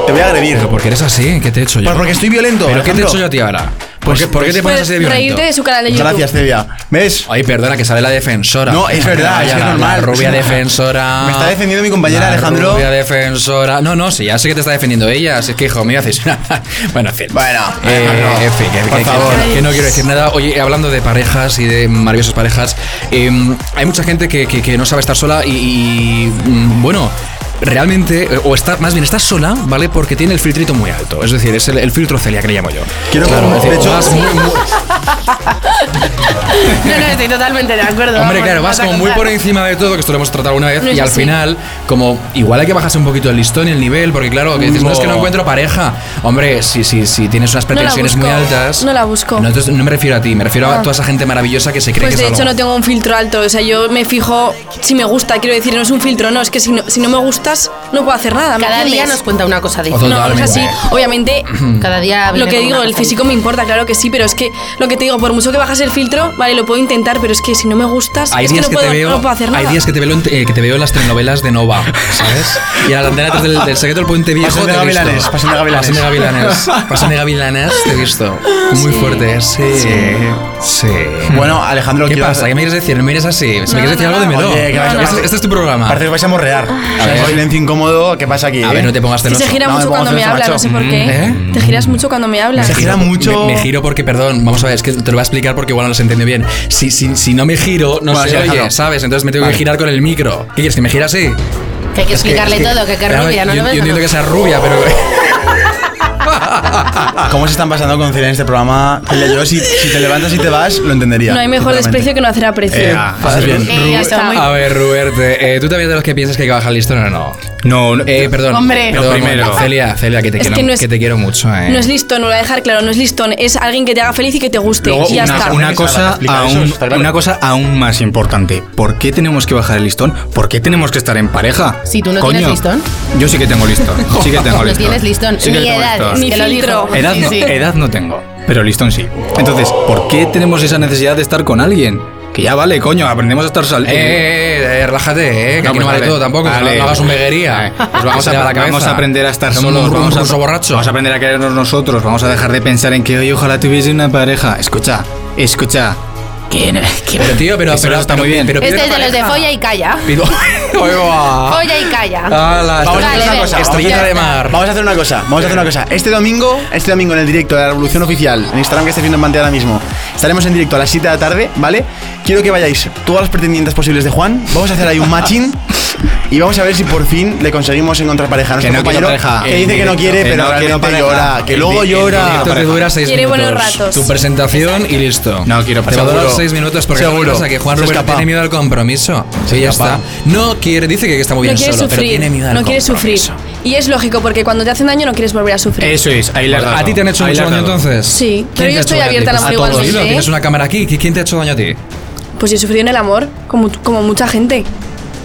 Te voy a agredir. ¿Pero por qué eres así? ¿Qué te he hecho yo? Pues porque estoy violento, ¿Pero qué te he Alejandro. hecho yo a ti ahora? ¿Por qué, por qué te Pues pones así de violento? reírte de su canal de YouTube. Gracias, Celia. ¿Ves? Ay, perdona, que sale la defensora. No, es verdad, Ay, es que es la- normal. (laughs) La rubia Es una- defensora. Me está defendiendo mi compañera, La Alejandro. Rubia defensora. No, no, sí, ya sé que te está defendiendo ella. Así que, hijo mío, haces una. (laughs) bueno, en fin. Bueno, Eh, Alejandro, en fin, que, por que- que- favor. que no quiero decir nada. Oye, hablando de parejas y de maravillosas parejas, eh, hay mucha gente que, que- que no sabe estar sola y, y, mm, bueno. Realmente, eh, o está, más bien está sola, ¿vale? Porque tiene el filtrito muy alto. Es decir, es el, el filtro Celia que le llamo yo. Quiero es decir, de hecho- vas muy- muy- (laughs) No, no, estoy totalmente de acuerdo. Hombre, vamos, claro, vas a como muy contar. por encima de todo, que esto lo hemos tratado una vez, No es y al así. final, como igual hay que bajarse un poquito el listón y el nivel, porque claro, que dices, no, es que no No. encuentro pareja. Hombre, si, si, si tienes unas No la pretensiones muy busco, altas. No la busco. No, entonces no me refiero a ti, me refiero a Ah. toda esa gente maravillosa que se cree Pues que de es hecho algo. no tengo un filtro alto, o sea, yo me fijo si me gusta, quiero decir, no es un filtro, no, es que si no, si no me gustas no puedo hacer nada. ¿me Cada día entiendes? nos cuenta una cosa diferente. No, es así, obviamente (clears throat) Cada día lo viene que con una digo, el cosa físico me importa, claro que sí, pero es que lo que te digo, por mucho que bajas el filtro, vale, lo puedo intentar, pero es que si no me gustas, Hay es que días no que, puedo, te veo, no puedo hacer nada. hay días que te veo, en, eh, que te veo en las telenovelas de Nova, ¿sabes? Y en la antena 3 del, (laughs) del secreto del puente viejo Pasión de te he visto. gavilanes, pasión de gavilanes. Pasión de gavilanes. Pasión de gavilanes, te he visto. Muy fuerte, sí, sí. Bueno, Alejandro, Hmm. ¿qué quiero- pasa? ¿Qué me quieres decir? ¿Me quieres así? Si me quieres decir algo, dímelo. Oye, que vais- Este, este es tu programa. Ah. Parece que vais a morrear. O sea, ver. silencio incómodo, ¿qué pasa aquí? A ver, eh? no te pongas Es que celoso. se gira No, mucho me cuando pongas me celoso, habla, no sé por macho. qué. ¿Eh? Te giras mucho cuando me hablas. Me giro- Me, me giro porque, perdón, vamos a ver, es que te lo voy a explicar porque igual no lo entendido bien. Si, si, si no me giro, no Bueno, se sí, oye, déjalo. ¿sabes? Entonces me tengo Vale. que girar con el micro. ¿Qué quieres? ¿Que me gira así? Que hay que Es explicarle es todo, que, que es Claro, rubia, no yo, lo ves. yo entiendo que sea rubia, pero. ¿Cómo se están pasando con Celia en este programa? Celia, yo si, si te levantas y te vas, lo entendería. No hay mejor sinceramente. desprecio que no hacer aprecio. Eh, ah, haces bien. Eh, ya está, muy- A ver, Ruberte, eh, ¿tú también de los que piensas que hay que bajar el listón o no? No, no. Eh, perdón. Hombre. perdón, Lo primero. Celia, Celia, que te, Es quiero, que que, no es- te quiero mucho, eh. No es listón, lo voy a dejar claro, no es listón, es alguien que te haga feliz y que te guste. Luego, y ya una, está. una cosa explica eso, aún, está claro. una cosa aún más importante. ¿Por qué tenemos que bajar el listón? ¿Por qué tenemos que estar en pareja? Si tú no Coño, tienes listón. (laughs) Yo sí que tengo (laughs) listón. Sí que tengo No listón. tienes listón, Sí que ni tengo edad, listón. ni Te lo filtro. dijo. Edad, Sí, no, sí. edad no tengo, pero listón sí. Entonces, ¿por qué tenemos esa necesidad de estar con alguien? Que ya vale, coño, aprendemos a estar sal. Eh, eh, eh, relájate, eh, que aquí no pues vale, todo tampoco, vale. no, no hagas un veguería. Nos vamos a, llevar la cabeza. pues vamos a aprender a estar Somos solos, un- vamos un a, ruso borracho. vamos a aprender a querernos nosotros, vamos a dejar de pensar en que hoy ojalá tuviese una pareja. Escucha, escucha. Que, no- que- Pero tío, pero- eso pero- no está pero- muy bien. pero- Este es de los de folla y calla. Pido- (laughs) Oiga. Folla y calla. Ala, Vamos a hacer una venga, cosa. Estrellita vamos a- de mar. Vamos a hacer una cosa. Vamos a hacer una cosa. Este domingo, este domingo en el directo de la Revolución Oficial, en Instagram que esté viendo en pantalla ahora mismo, estaremos en directo a las 7 de la tarde, ¿vale? Quiero que vayáis todas las pretendientes posibles de Juan. Vamos a hacer ahí un matching y vamos a ver si por fin le conseguimos encontrar pareja a nuestro Que no quiero compañero pareja. que En dice que no directo. quiere, Que pero no quiero realmente pareja. llora, que En luego di- en llora. directo. Esto te dura seis Quiere minutos. buenos ratos. Tu presentación y listo. No quiero Te va a durar Seguro. seis minutos porque Seguro. ¿qué pasa? que Juan Se Rubén escapa. tiene miedo al compromiso. Sí, ya escapa. está. No quiere, dice que está muy No bien quieres solo, pero sufrir, tiene miedo al no quieres sufrir. compromiso. Y es lógico, porque cuando te hacen daño no quieres volver a sufrir. Eso es, ahí le has dado. Pues ¿A ti te han hecho Ahí le mucho has daño dado. entonces? Sí, ¿Quién pero te yo ha estoy hecho daño abierta al a ti? amor A igual, todos. no Dilo, sé. Tienes una cámara aquí. ¿Qui- ¿Quién te ha hecho daño a ti? ¿eh? Pues yo he sufrido en el amor, como, como mucha gente.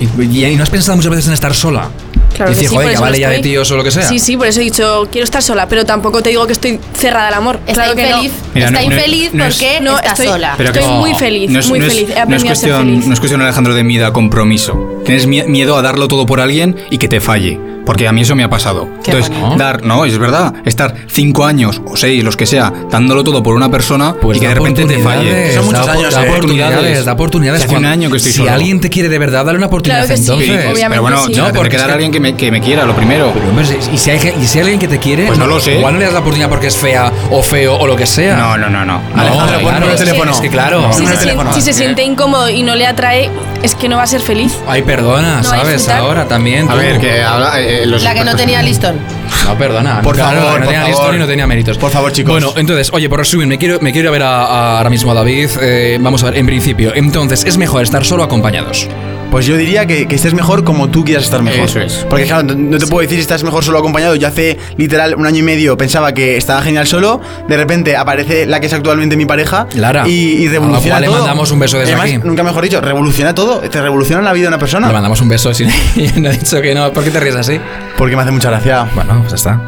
Y, y- y no has pensado muchas veces en estar sola. Claro Decir, que sí, joder, por que eso no vale ya de estoy. tíos o lo que sea. Sí, sí, por eso he dicho, quiero estar sola, pero tampoco te digo que estoy cerrada al amor. Está claro que infeliz. no. Mira, está no- no- infeliz no es- porque No, está estoy- sola. Pero que- Estoy muy feliz, muy feliz. He no es aprendido a ser cuestión, feliz. No es cuestión, Alejandro, de miedo a compromiso. Tienes mi- miedo a darlo todo por alguien y que te falle. Porque a mí eso me ha pasado. Entonces, dar, no, es verdad, estar cinco años o seis, los que sea, dándolo todo por una persona y que Pues da de repente te falle. oportunidades, Son muchos da años, Da eh, oportunidades, da oportunidades. Si hace un Juan. año que estoy Si solo. alguien te quiere de verdad, dale una oportunidad Claro que sí, entonces. obviamente pero bueno, sí. yo No, me tendré porque que es dar que- a alguien que me, que me quiera, lo primero. Pero, hombre, si- y si hay, ge- y si hay alguien que te quiere, Pues no lo sé. Igual no le das la oportunidad porque es fea o feo o lo que sea. No, no, no, no. No, Alejandro, claro, pon número de es que- teléfono. Es que claro. No, Si número se, de sien- teléfono. si se ¿Qué? siente incómodo y no le atrae, es que no va a ser feliz. Ay, perdona, No va a ¿sabes? disfrutar. Ahora también. A tú. ver, que habla. eh, eh, los La que no expertos- tenía listón. No, perdona. Por claro, favor, no por tenía favor. listo ni no tenía méritos. Por favor, chicos. Bueno, entonces, oye, por resumir, me quiero, me quiero ir a ver a- a- ahora mismo a David. Eh, vamos a ver, en principio, entonces, es mejor estar solo o acompañados. Pues yo diría que, que estés mejor como tú quieras estar mejor. Eso es. Porque claro, no- no te puedo decir si estás mejor solo acompañado. Yo hace literal un año y medio pensaba que estaba genial solo. De repente aparece la que es actualmente mi pareja. Lara, Y, y a la revoluciona cual le todo. mandamos un beso desde Además, aquí. Nunca mejor dicho, revoluciona todo. Te revoluciona la vida de una Le persona. mandamos un beso si (laughs) no he dicho que no. ¿Por qué te ríes así? (laughs) Porque me hace mucha gracia. Bueno, pues ya está.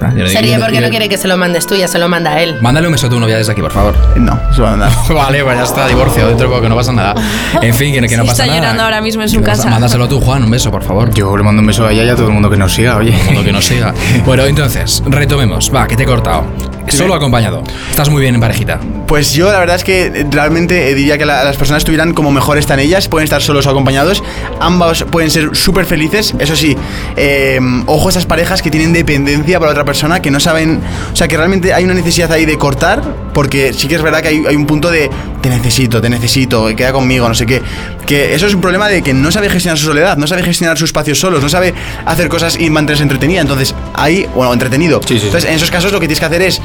Ah, yo le Se digo- ríe yo- porque yo- no quiere que se lo mandes tú, ya se lo manda a él. Mándale un beso a tu novia desde aquí, por favor. No, se va a andar. (laughs) Vale, pues ya está, divorcio dentro porque no (laughs) pasa nada. En fin, que, que no Sí, pasa está nada. eh. llorando ahora mismo en su Que pasa- casa. Mándaselo tú, Juan, un beso, por favor. Yo le mando un beso a ella y a todo el mundo que nos siga, oye. Todo que (laughs) nos siga. Bueno, entonces, retomemos. Va, que te he cortado. Solo acompañado. Estás muy bien en parejita. Pues yo la verdad es que eh, realmente eh, diría que la- las personas estuvieran como mejor están ellas, pueden estar solos o acompañados, ambos pueden ser súper felices, eso sí, eh, ojo a esas parejas que tienen dependencia para otra persona, que no saben, o sea, que realmente hay una necesidad ahí de cortar, porque sí que es verdad que hay, hay un punto de te necesito, te necesito, eh, queda conmigo, no sé qué, que eso es un problema de que no sabe gestionar su soledad, no sabe gestionar sus espacios solos, no sabe hacer cosas y mantenerse entretenida, entonces ahí, bueno, entretenido. Sí, sí, sí. Entonces, en esos casos lo que tienes que hacer es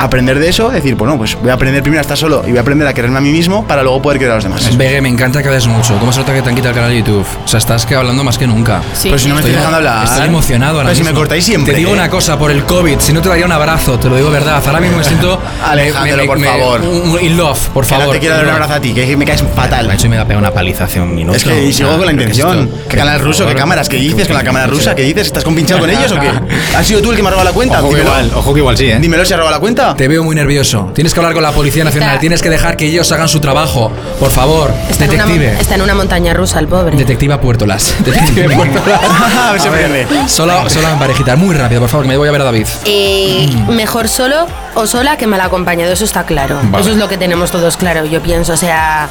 aprender de eso, decir, bueno, pues voy a aprender primero a estar solo y voy a aprender a quererme a mí mismo para luego poder querer a los demás. Vegue, me encanta que hables mucho. ¿Cómo se nota que te han quitado el canal de YouTube? O sea, estás que hablando más que nunca. Sí. Pero si no me estoy dejando hablar. Estoy emocionado ahora Pero si mismo. me cortáis siempre. ¿eh? Te digo una cosa, por el COVID, si no te daría un abrazo, te lo digo verdad. Ahora mismo (laughs) me siento... Alejandro, me- me- por me- favor. un- un- In love, por Que favor. no te quiero dar un abrazo a ti, que me caes fatal. Macho, me da pegado una paliza hace un minuto. Es que y sigo con la Pero que intención. esto- ¿Qué canal ruso? ¿Qué cámaras? ¿Qué dices con la cámara (laughs) rusa? ¿Qué dices? ¿Estás compinchado con ellos o qué? ¿Has sido tú el que me ha robado la cuenta? Ojo que Dímelo. igual, ojo que igual sí, ¿eh? Dímelo si ha robado la cuenta pregunta? Te veo muy nervioso. Tienes que hablar con la Policía Nacional. Está- Tienes que dejar que ellos hagan su trabajo. Por favor, Está en, una, mon- detective. está en una montaña rusa el pobre. (laughs) Detectiva Puertolas. Detective (laughs) Puertolas. A ver, se prende. Solo, solo en parejita. Muy rápido, por favor, que me voy a ver a David. Eh, mejor solo o sola que mal acompañado, eso está claro. Vale. Eso es lo que tenemos todos claro, yo pienso. O sea,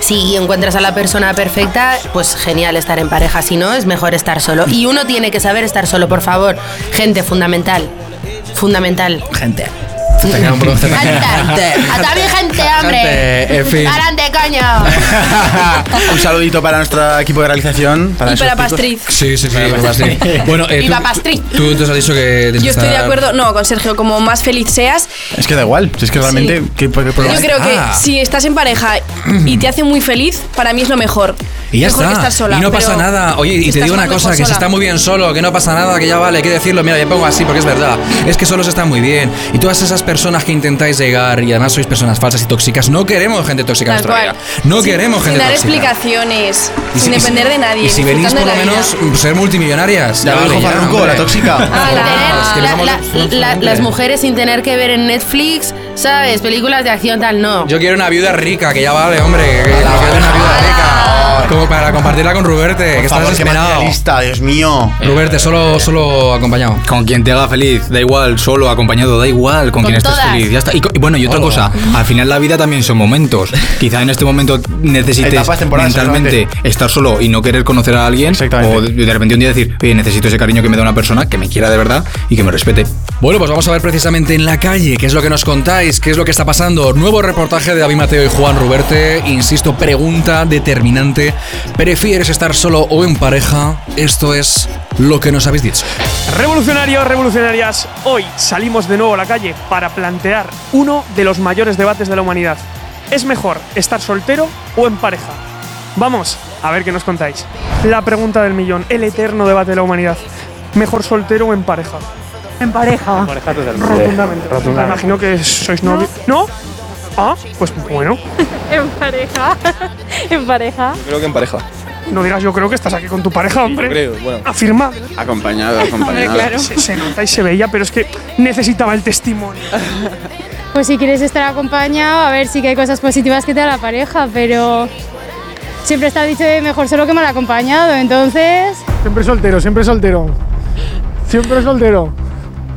si encuentras a la persona perfecta, pues genial estar en pareja. Si no, es mejor estar solo. Y uno tiene que saber estar solo, por favor. Gente, fundamental. Fundamental. Gente. Te queda un poco- (laughs) ¡Hasta mi gente, hombre! Gente, en fin. ¡Adelante, coño! Un saludito para nuestro equipo de realización. Para Y esos para chicos. Pastriz. Sí, sí, sí. Viva Pastriz. Pastriz. Bueno, eh, Viva tú- Pastriz. Tú entonces has dicho que. tienes que Yo estoy de estar- acuerdo, no, con Sergio, como más feliz seas, Es que da igual. si Es que realmente. ¿qué- qué Pues problema? yo creo que Ah. si estás en pareja y te hace muy feliz, para mí es lo mejor. Y ya mejor está. que estar sola. y no pero pasa nada. Oye, y te estás digo una más cosa, mejor que se sola. está muy bien solo, que no pasa nada, que ya vale, hay que decirlo. Mira, yo pongo así porque es verdad. Es que solos está muy bien. Y todas esas personas que intentáis llegar y además sois personas falsas y tóxicas, no queremos gente tóxica en Tal nuestra vida. cual. No Sin- queremos Sin gente dar tóxica. explicaciones, Y si- sin y si- depender de nadie. Y si venís por disfrutando lo de la menos pues, vida. ser multimillonarias. Ya lo dijo Farruko, hombre. la tóxica. Ah, es que La- dejamos- la- la- hombre. las mujeres sin tener que ver en Netflix, ¿sabes? Películas de acción tal, no. Yo quiero una viuda rica, que ya vale, hombre. Que que quiero una viuda rica. Como para compartirla con Ruberte, que está favor, qué desesperado. Dios mío. Ruberte, solo, solo acompañado. Eh, Con quien te haga feliz, da igual, solo, acompañado, da igual, con, Con quien estés todas. feliz, ya está. Y, co- y bueno, y otra Hola. cosa, al final la vida también son (laughs) momentos. Quizá en este momento necesites Etapas temporales, mentalmente estar solo y no querer conocer a alguien, o de, de repente un día decir, oye, necesito ese cariño que me da una persona que me quiera de verdad y que me respete. Bueno, pues vamos a ver precisamente en la calle qué es lo que nos contáis, qué es lo que está pasando. Nuevo reportaje de David Mateo y Juan Ruberte. Insisto, pregunta determinante. ¿Prefieres estar solo o en pareja? Esto es lo que nos habéis dicho. Revolucionarios, revolucionarias, hoy salimos de nuevo a la calle para plantear uno de los mayores debates de la humanidad. ¿Es mejor estar soltero o en pareja? Vamos a ver qué nos contáis. La pregunta del millón, el eterno debate de la humanidad. ¿Mejor soltero o en pareja? En Ah. pareja. Rotundamente. Imagino que sois novios. ¿No? Ah, pues bueno. En (laughs) pareja. en pareja. Creo que en pareja. No digas yo creo que estás aquí con tu pareja, hombre. creo, bueno. Afirma. Acompañado, Se, se nota y se veía, pero es que necesitaba el testimonio. Pues si quieres estar acompañado, a ver sí que hay cosas positivas que te da la pareja, pero siempre está el dicho de mejor solo que mal acompañado, entonces. Siempre soltero, siempre soltero. Siempre soltero.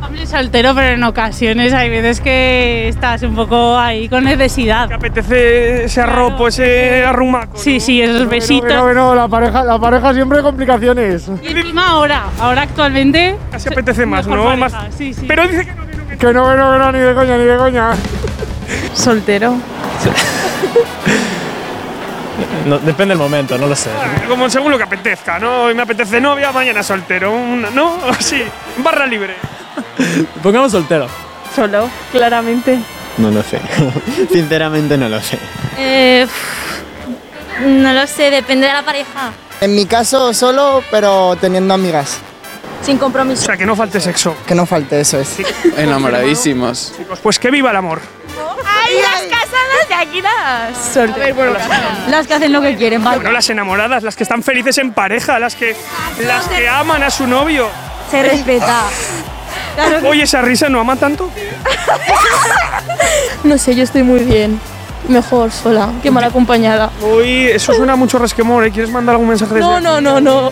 Hombre, soltero, pero en ocasiones hay veces que estás un poco ahí con necesidad. Te apetece ese arropo, pues, ese arrumaco. Sí, sí, esos besitos. Pero bueno, la pareja, la pareja siempre complicaciones. Y encima ahora, ahora actualmente. Se apetece más, mejor ¿no? pareja, Más- Sí, sí. Pero dice que Que no, que no, que no, ni de coña, ni de coña. (laughs) Soltero. depende del momento, no lo sé. Como según lo que apetezca, ¿no? Hoy me apetece novia, mañana soltero. un- ¿No? (laughs) Así. Barra libre. Pongamos soltero. Solo, claramente. No lo sé. (laughs) Sinceramente no lo sé. Eh, no lo sé, depende de la pareja. En mi caso solo, pero teniendo amigas. Sin compromiso. O sea, que no falte sexo. Que no falte eso es. Enamoradísimos. Pues que viva el amor. ¡Ay, las casadas de aquí las! Soltero. las que hacen lo que quieren, Bueno, las enamoradas, las que están felices en pareja, las que, las que aman a su novio. Se respeta. Oye, esa risa no ama tanto. No sé, yo estoy muy bien. Mejor sola que mal acompañada. Uy, eso suena mucho resquemor, ¿eh? ¿Quieres mandar algún mensaje desde No, aquí? no, no, no.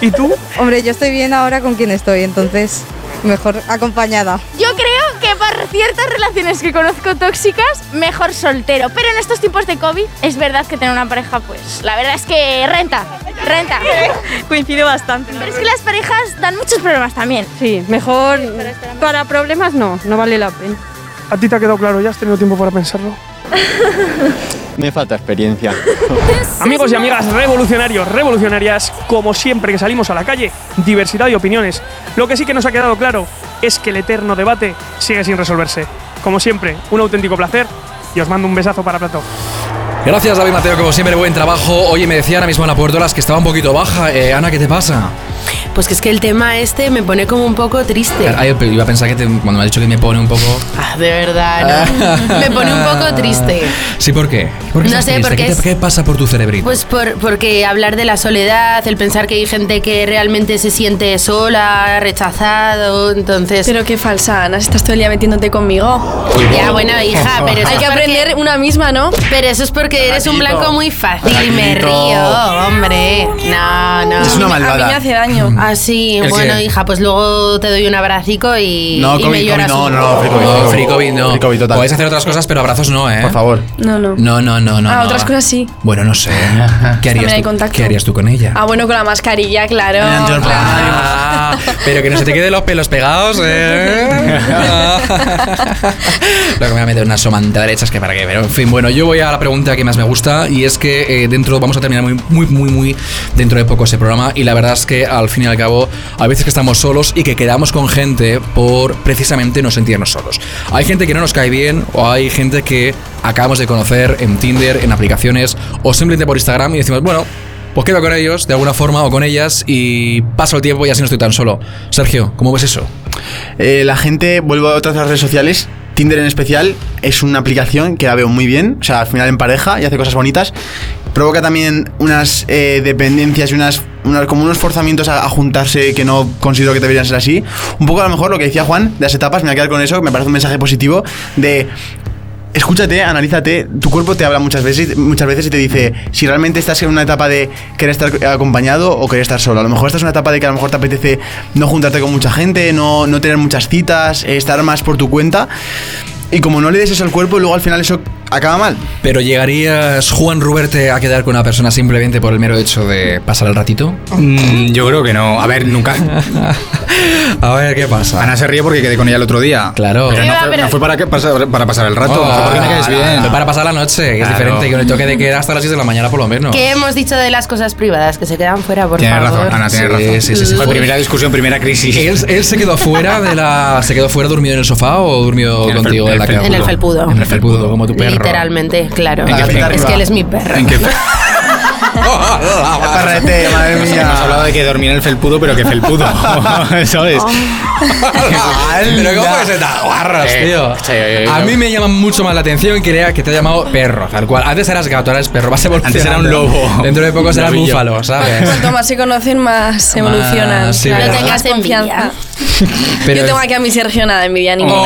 ¿Y tú? Hombre, yo estoy bien ahora con quien estoy, entonces mejor acompañada. Yo creo que para ciertas relaciones que conozco tóxicas, mejor soltero. Pero en estos tiempos de COVID, es verdad que tener una pareja, pues, la verdad es que renta, renta. Coincide bastante. Pero es que las parejas dan muchos problemas también. Sí, mejor para problemas no, no vale la pena. ¿A ti te ha quedado claro ya? ¿Has tenido tiempo para pensarlo? Me falta (laughs) experiencia. Amigos y amigas revolucionarios, revolucionarias, como siempre que salimos a la calle, diversidad y opiniones. Lo que sí que nos ha quedado claro es que el eterno debate sigue sin resolverse. Como siempre, un auténtico placer y os mando un besazo para Platón. Gracias, David Mateo, como siempre, buen trabajo. Oye, me decía ahora mismo en la puerta que estaba un poquito baja. Eh, Ana, ¿qué te pasa? Pues que es que el tema este me pone como un poco triste. Ay, pero Ah, iba a pensar que te- cuando me has dicho que me pone un poco. Ah, de (laughs) verdad, ¿no? me pone un poco triste. Sí, ¿por qué? ¿Por qué No estás sé, triste? porque ¿Qué, te- es- qué pasa por tu cerebrito? Pues por, porque hablar de la soledad, el pensar que hay gente que realmente se siente sola, rechazado, entonces... Pero qué falsa, Ana, si estás todo el día metiéndote conmigo. Ya, bueno, hija, pero eso Hay es porque- que aprender una misma, ¿no? Pero eso es porque eres un Tranquilo. blanco muy fácil y me Tranquilo. río, hombre. No, no. Es una A mí me- malvada. A mí me hace daño. Ah, sí, ¿El bueno, qué? hija, pues luego te doy un abracico y, No, y COVID, me COVID, lloras no, un no, poco. no, free COVID, no, No, free COVID no. Free COVID total. Podéis hacer otras cosas, pero abrazos no, ¿eh? Por favor. No, no. No, no, no, no. ah, no. otras cosas sí. Bueno, (laughs) no sé. ¿Qué También hay harías, tú, contacto. ¿Qué harías tú con ella? Ah, bueno, con la mascarilla, claro. Ah, (laughs) pero que no se te queden los pelos pegados, ¿eh? (laughs) Lo que me voy a meter una somanta derecha es que para qué, pero en fin, bueno, yo voy a la pregunta que más me gusta y es que eh, dentro, vamos a terminar muy, muy, muy, muy dentro de poco ese programa y la verdad es que al fin y al cabo, a veces que estamos solos y que quedamos con gente por precisamente no sentirnos solos. Hay gente que no nos cae bien o hay gente que acabamos de conocer en Tinder, en aplicaciones o simplemente por Instagram y decimos, bueno, pues quedo con ellos de alguna forma o con ellas y paso el tiempo y así no estoy tan solo. Sergio, ¿cómo ves eso? Eh, la gente, vuelvo a otras de las redes sociales. Tinder en especial es una aplicación que la veo muy bien. O sea, al final en pareja y hace cosas bonitas. Provoca también unas eh, dependencias y unas, unas- como unos forzamientos a, a juntarse que no considero que deberían ser así. Un poco a lo mejor lo que decía Juan de las etapas, me voy a quedar con eso, que me parece un mensaje positivo de Escúchate, analízate. Tu cuerpo te habla muchas veces, muchas veces y te dice si realmente estás en una etapa de querer estar acompañado o querer estar solo. A lo mejor estás en una etapa de que a lo mejor te apetece no juntarte con mucha gente, no, no tener muchas citas, eh, estar más por tu cuenta. Y como no le des eso al cuerpo, luego al final eso acaba mal. ¿Pero llegarías, Juan Ruberte, a quedar con una persona simplemente por el mero hecho de pasar el ratito? Mm, yo creo que no. A ver, nunca. (laughs) A ver qué pasa. Ana se ríe porque quedé con ella el otro día. Claro. Pero no Eva, fue, pero- no fue para, que pasar, para pasar el rato. Oh, fue porque me caes bien. Fue para pasar la noche, que es Claro. diferente, con el toque de queda hasta las 6 de la mañana por lo menos. ¿Qué hemos dicho de las cosas privadas? Que se quedan fuera, por Tienes favor. razón, Ana, tienes Sí, razón. sí, sí, sí. Fue primera discusión, primera crisis. Él, él se quedó fuera de la. ¿Se quedó fuera dormido en el sofá o durmió En el contigo fel- en la en el cama? En el felpudo. En el felpudo, como tu perro. Literalmente, claro. ¿En qué fecha? Es que él es mi perro. (laughs) Parrete, (laughs) madre Nos mía. Hemos hablado de que dormir en el felpudo, pero que felpudo. ¿Sabes? (laughs) Pero ¿cómo que se te agarras, Eh, tío? sí, sí, sí. A mí me llama mucho más la atención que lea que te ha llamado perro, tal cual. Antes eras gato, ahora eres perro. Vas Antes era un evolucionando. lobo. Dentro de poco Un serás novillo. búfalo, ¿sabes? Cuanto más se conocen, más se evolucionan. sí, Claro, verdad. tengas confianza. Pero Yo tengo es- Oh, aquí a mi Sergio nada de envidia ninguna.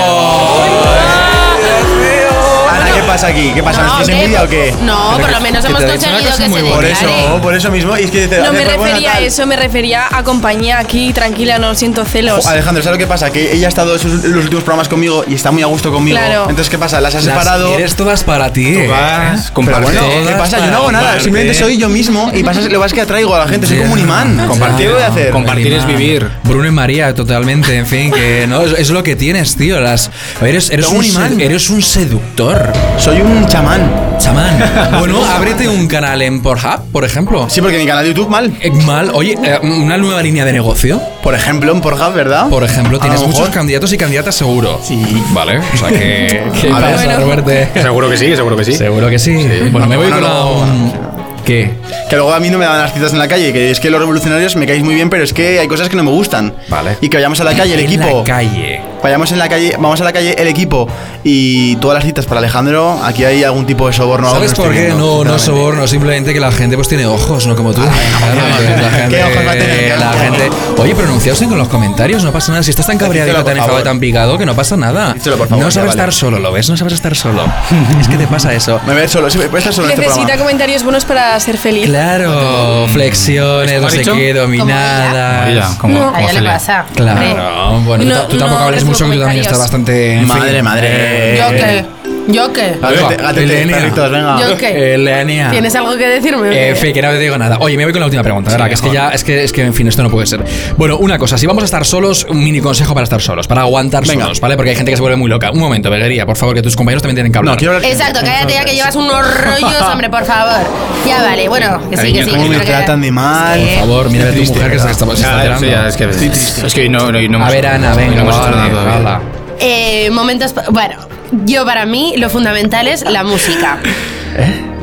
Ana, ¿qué pasa aquí? ¿Qué pasa? No, ¿Nos tienes hombre, envidia o qué? no, por lo menos Que te hemos ha dicho una conseguido cosa que muy se Por buena. declare. eso, por eso mismo. Y es que te No hace me por buena refería a tal. eso, me refería a compañía aquí, tranquila, no siento celos. Jo, Alejandro, ¿sabes lo que pasa? Que ella ha estado esos- los últimos programas conmigo y está muy a gusto conmigo. Claro. Entonces, ¿qué pasa? Las has Las separado. quieres todas para ti. Tú vas, ¿Eh? Pero bueno, ¿qué pasa? Yo no hago nada, simplemente soy yo mismo y pasa, lo que pasa es que atraigo a la gente, soy como un imán. ¿Qué voy a hacer? Imán. Bruno y María, totalmente, en fin, que no, es, es lo que tienes, tío. Las, eres, eres, Como un un imán. sed- eres un seductor. Soy un chamán. Chamán. Bueno, ábrete un canal en Pornhub, por ejemplo. Sí, porque mi canal de YouTube mal. Mal, oye, eh, una nueva línea de negocio. Por ejemplo, en Pornhub, ¿verdad? Por ejemplo, tienes lo mejor. muchos candidatos y candidatas seguro. Sí. Vale, o (laughs) sea que. A ¿Qué ver, pasa, bueno. Roberto? Seguro que sí, seguro que sí. Seguro que sí. Bueno, me voy Bueno, con la. no. ¿Qué? Que luego a mí no me dan las citas en la calle, que es que los revolucionarios me caéis muy bien, pero es que hay cosas que no me gustan. Vale. Y que vayamos a la calle, el En la equipo. calle. Vayamos en la calle, vamos a la calle, el equipo. Y todas las citas para Alejandro, aquí hay algún tipo de soborno. algo que ¿Sabes estoy por qué? viendo, No, no sinceramente. soborno, simplemente que la gente pues tiene ojos, no como tú. Ah, Claro, que la gente- ¿Qué ojos va a tener? ¿Qué La ojos? gente. Oye, pronunciarse con los comentarios, no pasa nada. Si estás tan cabreado y Díselo, tan por enfadado, favor. tan picado, que no pasa nada. Díselo, por favor, no ya, sabes vale. estar solo, ¿lo ves? No sabes estar solo. es que te pasa eso. Me voy a ir solo, sí, voy a estar solo en este Necesita programa. comentarios buenos para ser feliz. Claro, Oh, flexiones, ¿Cómo no has sé dicho? qué, dominadas. Como ella, como- No. como A ella le Celia. pasa. Claro, bueno, tú No, ta- tú, no, tampoco hablas recibo mucho, que tú también comentarios. estás bastante. en Madre, fin. madre. ¿Yo Eh. qué? ¿Yo qué? Gatete, gatete, Elenia. perritos, venga. ¿Yo qué? Elenia. ¿Tienes algo que decirme? En fin, Eh, que no te digo nada. Oye, me voy con la última pregunta, ¿verdad? que es que ya, es que, es que, en fin, esto no puede ser. Bueno, una cosa, si vamos a estar solos, un mini consejo para estar solos, para aguantar solos, ¿vale? Porque hay gente que se vuelve muy loca. Un momento, Belguería, por favor, que tus compañeros también tienen que hablar. No, quiero hablar- (laughs) Exacto, cállate ya que llevas unos rollos, hombre, por favor. Ya vale, bueno, que sí, que Cariño, sí. ¿Cómo que me sí, que- tratan de mal? Por favor, mira a tu Estoy mujer que triste, se está, se está Ya, alterando. sí, ya, es que Estoy es, triste. que hoy no, hoy no hemos- A ver, Ana, venga, no hemos vale, estrenado todavía. hala. Eh, momentos. pa- Bueno, yo para mí lo fundamental es la música.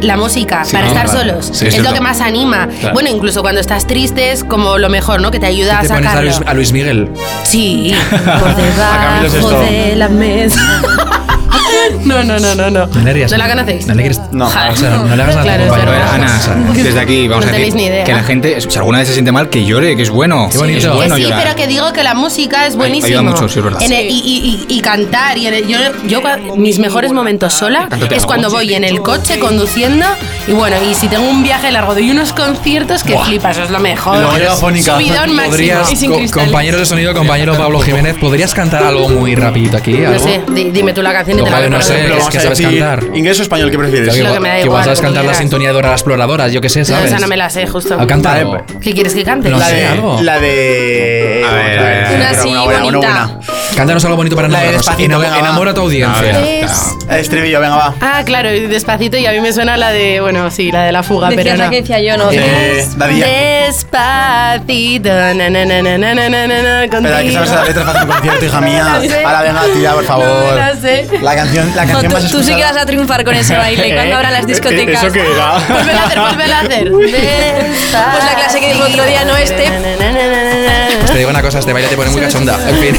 La música, Sí, para no, estar claro. solos. Sí, es es lo cierto. que más anima. Claro. Bueno, incluso cuando estás triste es como lo mejor, ¿no? Que te ayuda a ¿Te pones a sacarlo. Luis, a Luis Miguel? Sí, (laughs) A Camilo por Sesto. debajo de la mesa. (laughs) no, no, no, no, no. No le harías- ¿No la conocéis? No le quieres- Ah, Ja. o sea, no le hagas nada. Claro, es Vale, verdad. Ana, (laughs) o sea, desde aquí vamos No a tenéis decir ni idea. que la gente, si alguna vez se siente mal, que llore, que es bueno. Qué Que bonito. Es bueno sí, llorar. pero que digo que la música es buenísima. ayuda mucho, sí, es verdad. y, y- y- y cantar. Y en el- yo, yo cua- mis mejores momentos sola Cántate es algo. cuando voy en el coche conduciendo. Y bueno, y si tengo un viaje largo, doy unos conciertos que flipas, eso es lo mejor. Lo megafónica. Subidón máximo. Podrías, Y sin co- cristales. compañeros de sonido, compañero Pablo Jiménez, ¿podrías cantar algo muy rapidito aquí? No ¿Algo? sé, di- dime tú la canción y te la Ojalá, no recuerdo. sé, Pero es vamos que a sabes decir, cantar. ¿Inglés o español qué prefieres? que, Lo que me da que igual, vas a lo que cantar la quieras. sintonía de Dora la Exploradora, yo qué sé, No, ¿sabes? esa no me la sé, justo. A cantar algo. pues, ¿Qué quieres que cante? No La sé, de- algo. La de. A ver, a ver, a ver. Una así Una buena, una bonita. buena. Cántanos algo bonito para La de nosotros. Despacito, Enamo- venga, va. enamora a tu audiencia. Es- Estribillo, venga, va. Ah, claro, y despacito y a mí me suena la de, bueno, sí, la de la fuga, Decías pero la no. que decía yo, ¿no? Eh, Daddy Yankee. Despacito, na, na, na, na, na, na, na, na, na, Espera, que sabes la letra para hacer un (laughs) concierto, hija mía. No me la sé. Ahora venga, tía, por favor. No me la sé. La canción, la Jo, canción tú, más tú sí que escuchada. vas a triunfar con (laughs) ese baile. ¿Cuándo habrá Eh, las discotecas? (laughs) ¿Eso qué era? Vuelvela a (laughs) hacer, vuelvela a hacer. Pues la clase que dijo otro día no este. Pues te digo una cosa, este baile te pone muy cachonda. En fin.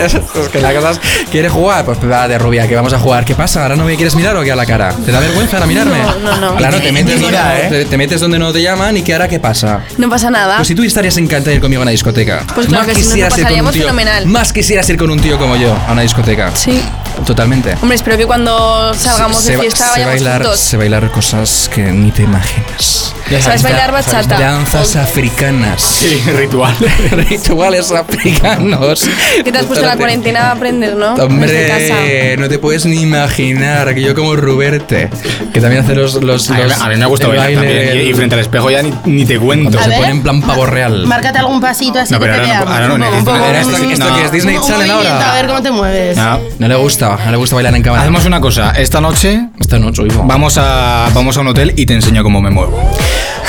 (laughs) es que la cosa es, ¿quieres jugar? Pues va de rubia, que vamos a jugar. ¿Qué pasa? ¿Ahora no me quieres mirar o qué a la cara? ¿Te da vergüenza ahora mirarme? No, no, (laughs) no. Claro, te metes, Ni donde, mira, no- te, te metes donde no te llaman y que ahora qué pasa. No pasa nada. Pues si tú estarías encantada de ir conmigo a una discoteca. Pues claro que sí, nos lo quisieras ir con un pasaríamos tío- fenomenal. Más quisieras ir con un tío como yo a una discoteca. Sí. Totalmente. Hombre, espero que cuando salgamos Se- de se ba- fiesta se vayamos bailar, juntos. sé bailar cosas que ni te imaginas. Ya ¿Sabes bailar Dan- bachata? Oh. Danzas africanas. Sí, rituales. (laughs) rituales africanos. ¿Qué te has puesto en la cuarentena a aprender, no? Desde Pues casa. Hombre, no te puedes ni imaginar que yo como Ruberte, que también hace los... los, A mí- los- a mí me ha gustado el bailar baile- también. Y, y frente al espejo ya ni, ni te cuento. Cuando se A pone ver. en plan pavo real. Márcate algún pasito así No, pero que te ahora veamos. no, ahora no, Un poco, un poco, necesito- un esto- poco. esto que es Disney Un Channel ahora. movimiento, A ver cómo te mueves. No. No le gusta, no le gusta bailar en cámara. Hacemos una cosa, esta noche Esta noche, vamos a vamos a un hotel y te enseño cómo me muevo.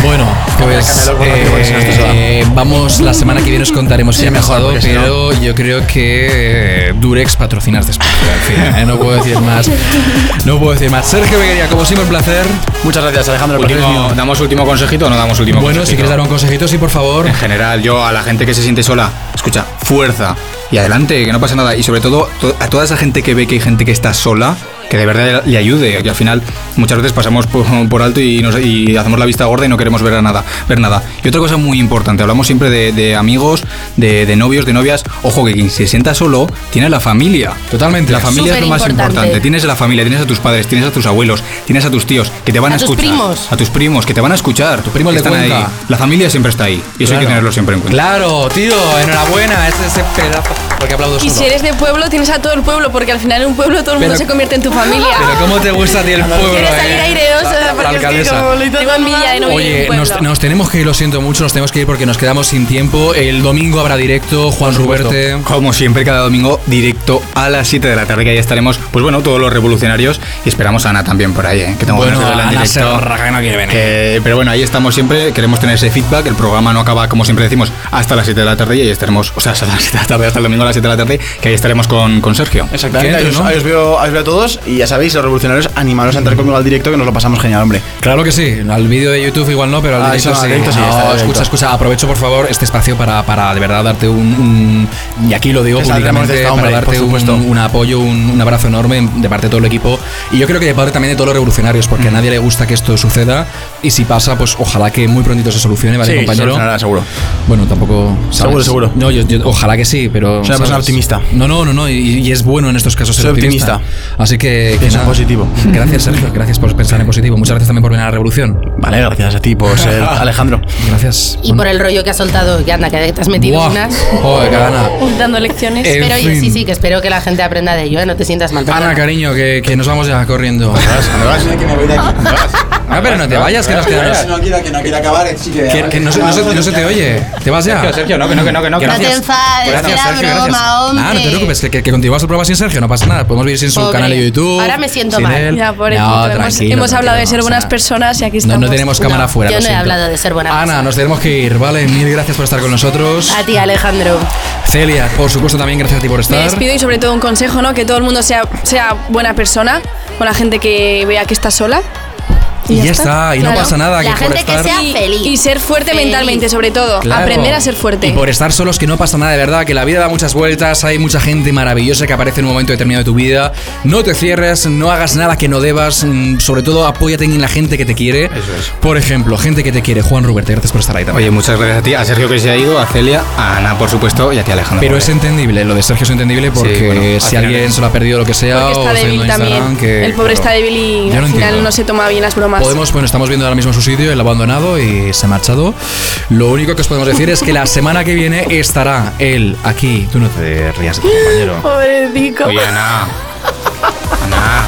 Bueno, pues Cámbialo, por favor, que si no esto se va. eh, vamos, la semana que viene os contaremos si ha mejorado, porque si no- pero yo creo que eh, Durex patrocinas después. En fin, eh, no puedo decir más. No puedo decir más. Sergio Beguería, como siempre, un placer. Muchas gracias, Alejandro. Último, ¿Damos último consejito o no damos último Bueno, si consejito? quieres dar un consejito, sí, por favor. En general, yo a la gente que se siente sola, escucha, fuerza y adelante, que no pasa nada. Y sobre todo, to- a toda esa gente que ve que hay gente que está sola, que de verdad le ayude. Que al final, muchas veces pasamos por, por alto y, nos- y hacemos la vista gorda y no queremos ver a nada, ver nada. Y otra cosa muy importante, hablamos siempre de, de amigos, de, de novios, de novias. Ojo, que quien se sienta solo tiene la familia. Totalmente. La familia es lo más Superimportante. importante. Tienes a la familia, tienes a tus padres, tienes a tus abuelos, tienes a tus tíos, que te van a, A tus escuchar. primos. A tus primos, que te van a escuchar. Tus primos de Cuenca. La familia siempre está ahí. Y eso hay Claro. que tenerlo siempre en cuenta. Claro, tío, enhorabuena. Ese, ese pedazo. Porque aplaudo Y solo. si eres de pueblo, tienes a todo el pueblo, porque al final en un pueblo todo el mundo Pero- se convierte en tu familia. Pero cómo te gusta a ti el pueblo. Quieres eh. salir aireosa, La- la porque es que alcaldesa. como lo tengo envidia de no vivir en Oye, un pueblo. nos, nos tenemos que ir, lo siento mucho, nos tenemos que ir porque nos quedamos sin tiempo. El domingo habrá directo, Juan Ruberte. Como siempre, cada domingo directo a las 7 de la tarde, que ahí estaremos, pues bueno, todos los revolucionarios. Y esperamos a Ana también por ahí, ¿eh? que tengo Bueno, ganas de verla en Ana directo. Serra, que no quiere venir. Que- pero bueno, ahí estamos siempre, queremos tener ese feedback. El programa no acaba, como siempre decimos, hasta las 7 de la tarde. Y ahí estaremos, o sea, hasta las 7 de la tarde, hasta el domingo a las 7 de la tarde, que ahí estaremos con, con Sergio. Exactamente, ahí Que os, dentro, ¿no? ahí os veo, ahí os veo a todos y ya sabéis, los revolucionarios, animaros a entrar conmigo al directo que nos lo pasamos genial, hombre. Claro que sí, al vídeo de YouTube igual no, pero al Ah, directo eso, sí. al directo sí, No, está directo. escucha, escucha, aprovecho por favor este espacio para, para de verdad darte un, un- Y aquí lo digo Que saldremos públicamente, de esta, hombre, para darte por supuesto. un, un apoyo, un, un abrazo enorme de parte de todo el equipo. Y yo creo que de parte también de todos los revolucionarios, porque Mm. a nadie le gusta que esto suceda. Y si pasa, pues ojalá que muy prontito se solucione, ¿vale, Sí, se compañero? solucionará, seguro. Bueno, tampoco. Seguro, seguro. No, yo, yo- ojalá que sí, pero. Soy una persona optimista. No, no, no, no. Y, y es bueno en estos casos ser Soy optimista. optimista. Así que. que Pienso nada. positivo. (laughs) Gracias, Sergio. Gracias por pensar en positivo. Muchas gracias también por venir a la revolución. Vale, gracias a ti por (laughs) ser Alejandro. Gracias. Y por el rollo que has soltado, que anda, que te has metido Buah, unas. joder, qué gana. Dando lecciones. En Pero oye, sí, fin. sí, que espero que la gente aprenda de ello, ¿eh? no te sientas mal. Ana, cariño, que, que nos vamos ya corriendo. (laughs) Ah, pero no te vayas, que nos quedamos. No quiero, que no quiero acabar, sí que... Que, que no, se, no se- no se te oye. ¿Te vas ya? Sergio, Sergio, no, que no, que no, que no. Gracias. No te enfades, Gracias, era Sergio, broma, gracias. Ah, no te hombre. preocupes, que, que, que continuamos el programa sin Sergio, no pasa nada. Podemos vivir sin su Pobre. canal de tú. Ahora me siento sin mal. él. Ya, pobrecito, no, hemos- tranquilo, Hemos hablado de tranquilo, ser no pasa buenas nada. personas y aquí No, estamos. no tenemos cámara fuera. Yo no lo he siento. hablado de ser buena Ana, nos tenemos que ir, ¿vale? Mil gracias por estar con nosotros. A ti, Alejandro. Celia, por supuesto, también gracias a ti por Me estar. despido y sobre todo un consejo, ¿no? Que todo el mundo sea, sea buena persona con la gente que vea que está sola. Y ya está, y no pasa nada. que por estar- y, feliz. Y ser fuerte mentalmente, sobre todo. Claro. Aprender a ser Y fuerte. por estar solos, que no pasa nada, de verdad, que la vida da muchas vueltas, hay mucha gente maravillosa que aparece en un momento determinado de tu vida. No te cierres, no hagas nada que no debas, mm, sobre todo apóyate en la gente que te quiere. Eso es. Por ejemplo, gente que te quiere. Juan Ruberte, gracias por estar ahí también. Oye, muchas gracias a ti, a Sergio que se ha ido, a Celia, a Ana, por supuesto, y a ti, Alejandro. Pero es entendible, lo de Sergio es entendible porque bueno, al si final alguien se lo ha perdido lo que sea, Porque está o débil seguidlo en Instagram, también. que, el pobre claro. está débil y Yo al no final entiendo. no se toma bien las bromas. Podemos, bueno, estamos viendo ahora mismo su sitio, el abandonado y se ha marchado. Lo único que os podemos decir es que la semana que viene estará él aquí. Tú no te rías de tu (laughs) compañero. Pobrecito. Oye, Ana. Ana.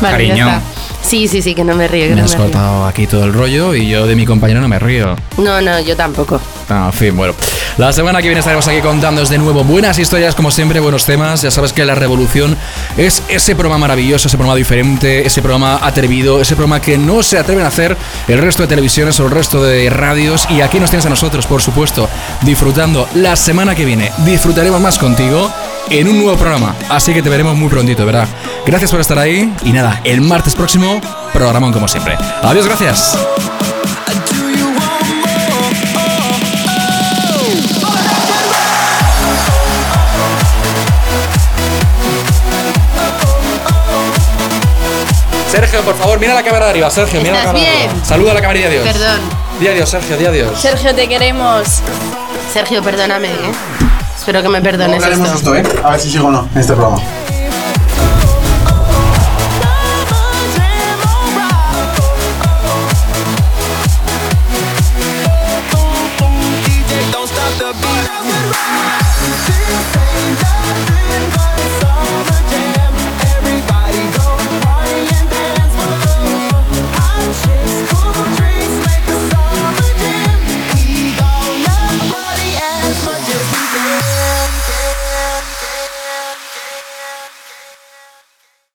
Vale, ya Cariño. está. Sí, sí, sí, que no me río. que Me no, has me río. cortado aquí todo el rollo y yo de mi compañero no me río. no, no, yo tampoco. Ah, en fin, bueno. La semana que viene estaremos aquí contándoos de nuevo buenas historias, como siempre, buenos temas. Ya sabes que La Revolución es ese programa maravilloso, ese programa diferente, ese programa atrevido, ese programa que no se atreven a hacer el resto de televisiones o el resto de radios. Y aquí nos tienes a nosotros, por supuesto, disfrutando la semana que viene. Disfrutaremos más contigo en un nuevo programa. Así que te veremos muy prontito, ¿verdad? Gracias por estar ahí. Y nada, el martes próximo, programón como siempre. Adiós, gracias. Sergio, por favor, mira la cámara de arriba. Sergio, mira la ¿Estás cámara de bien? arriba. Saluda a la cámara y di adiós. Perdón. Di adiós, Sergio, di adiós. Sergio, te queremos. Sergio, perdóname, ¿eh? Espero que me perdones. esto. A ver si sigo o no en este programa.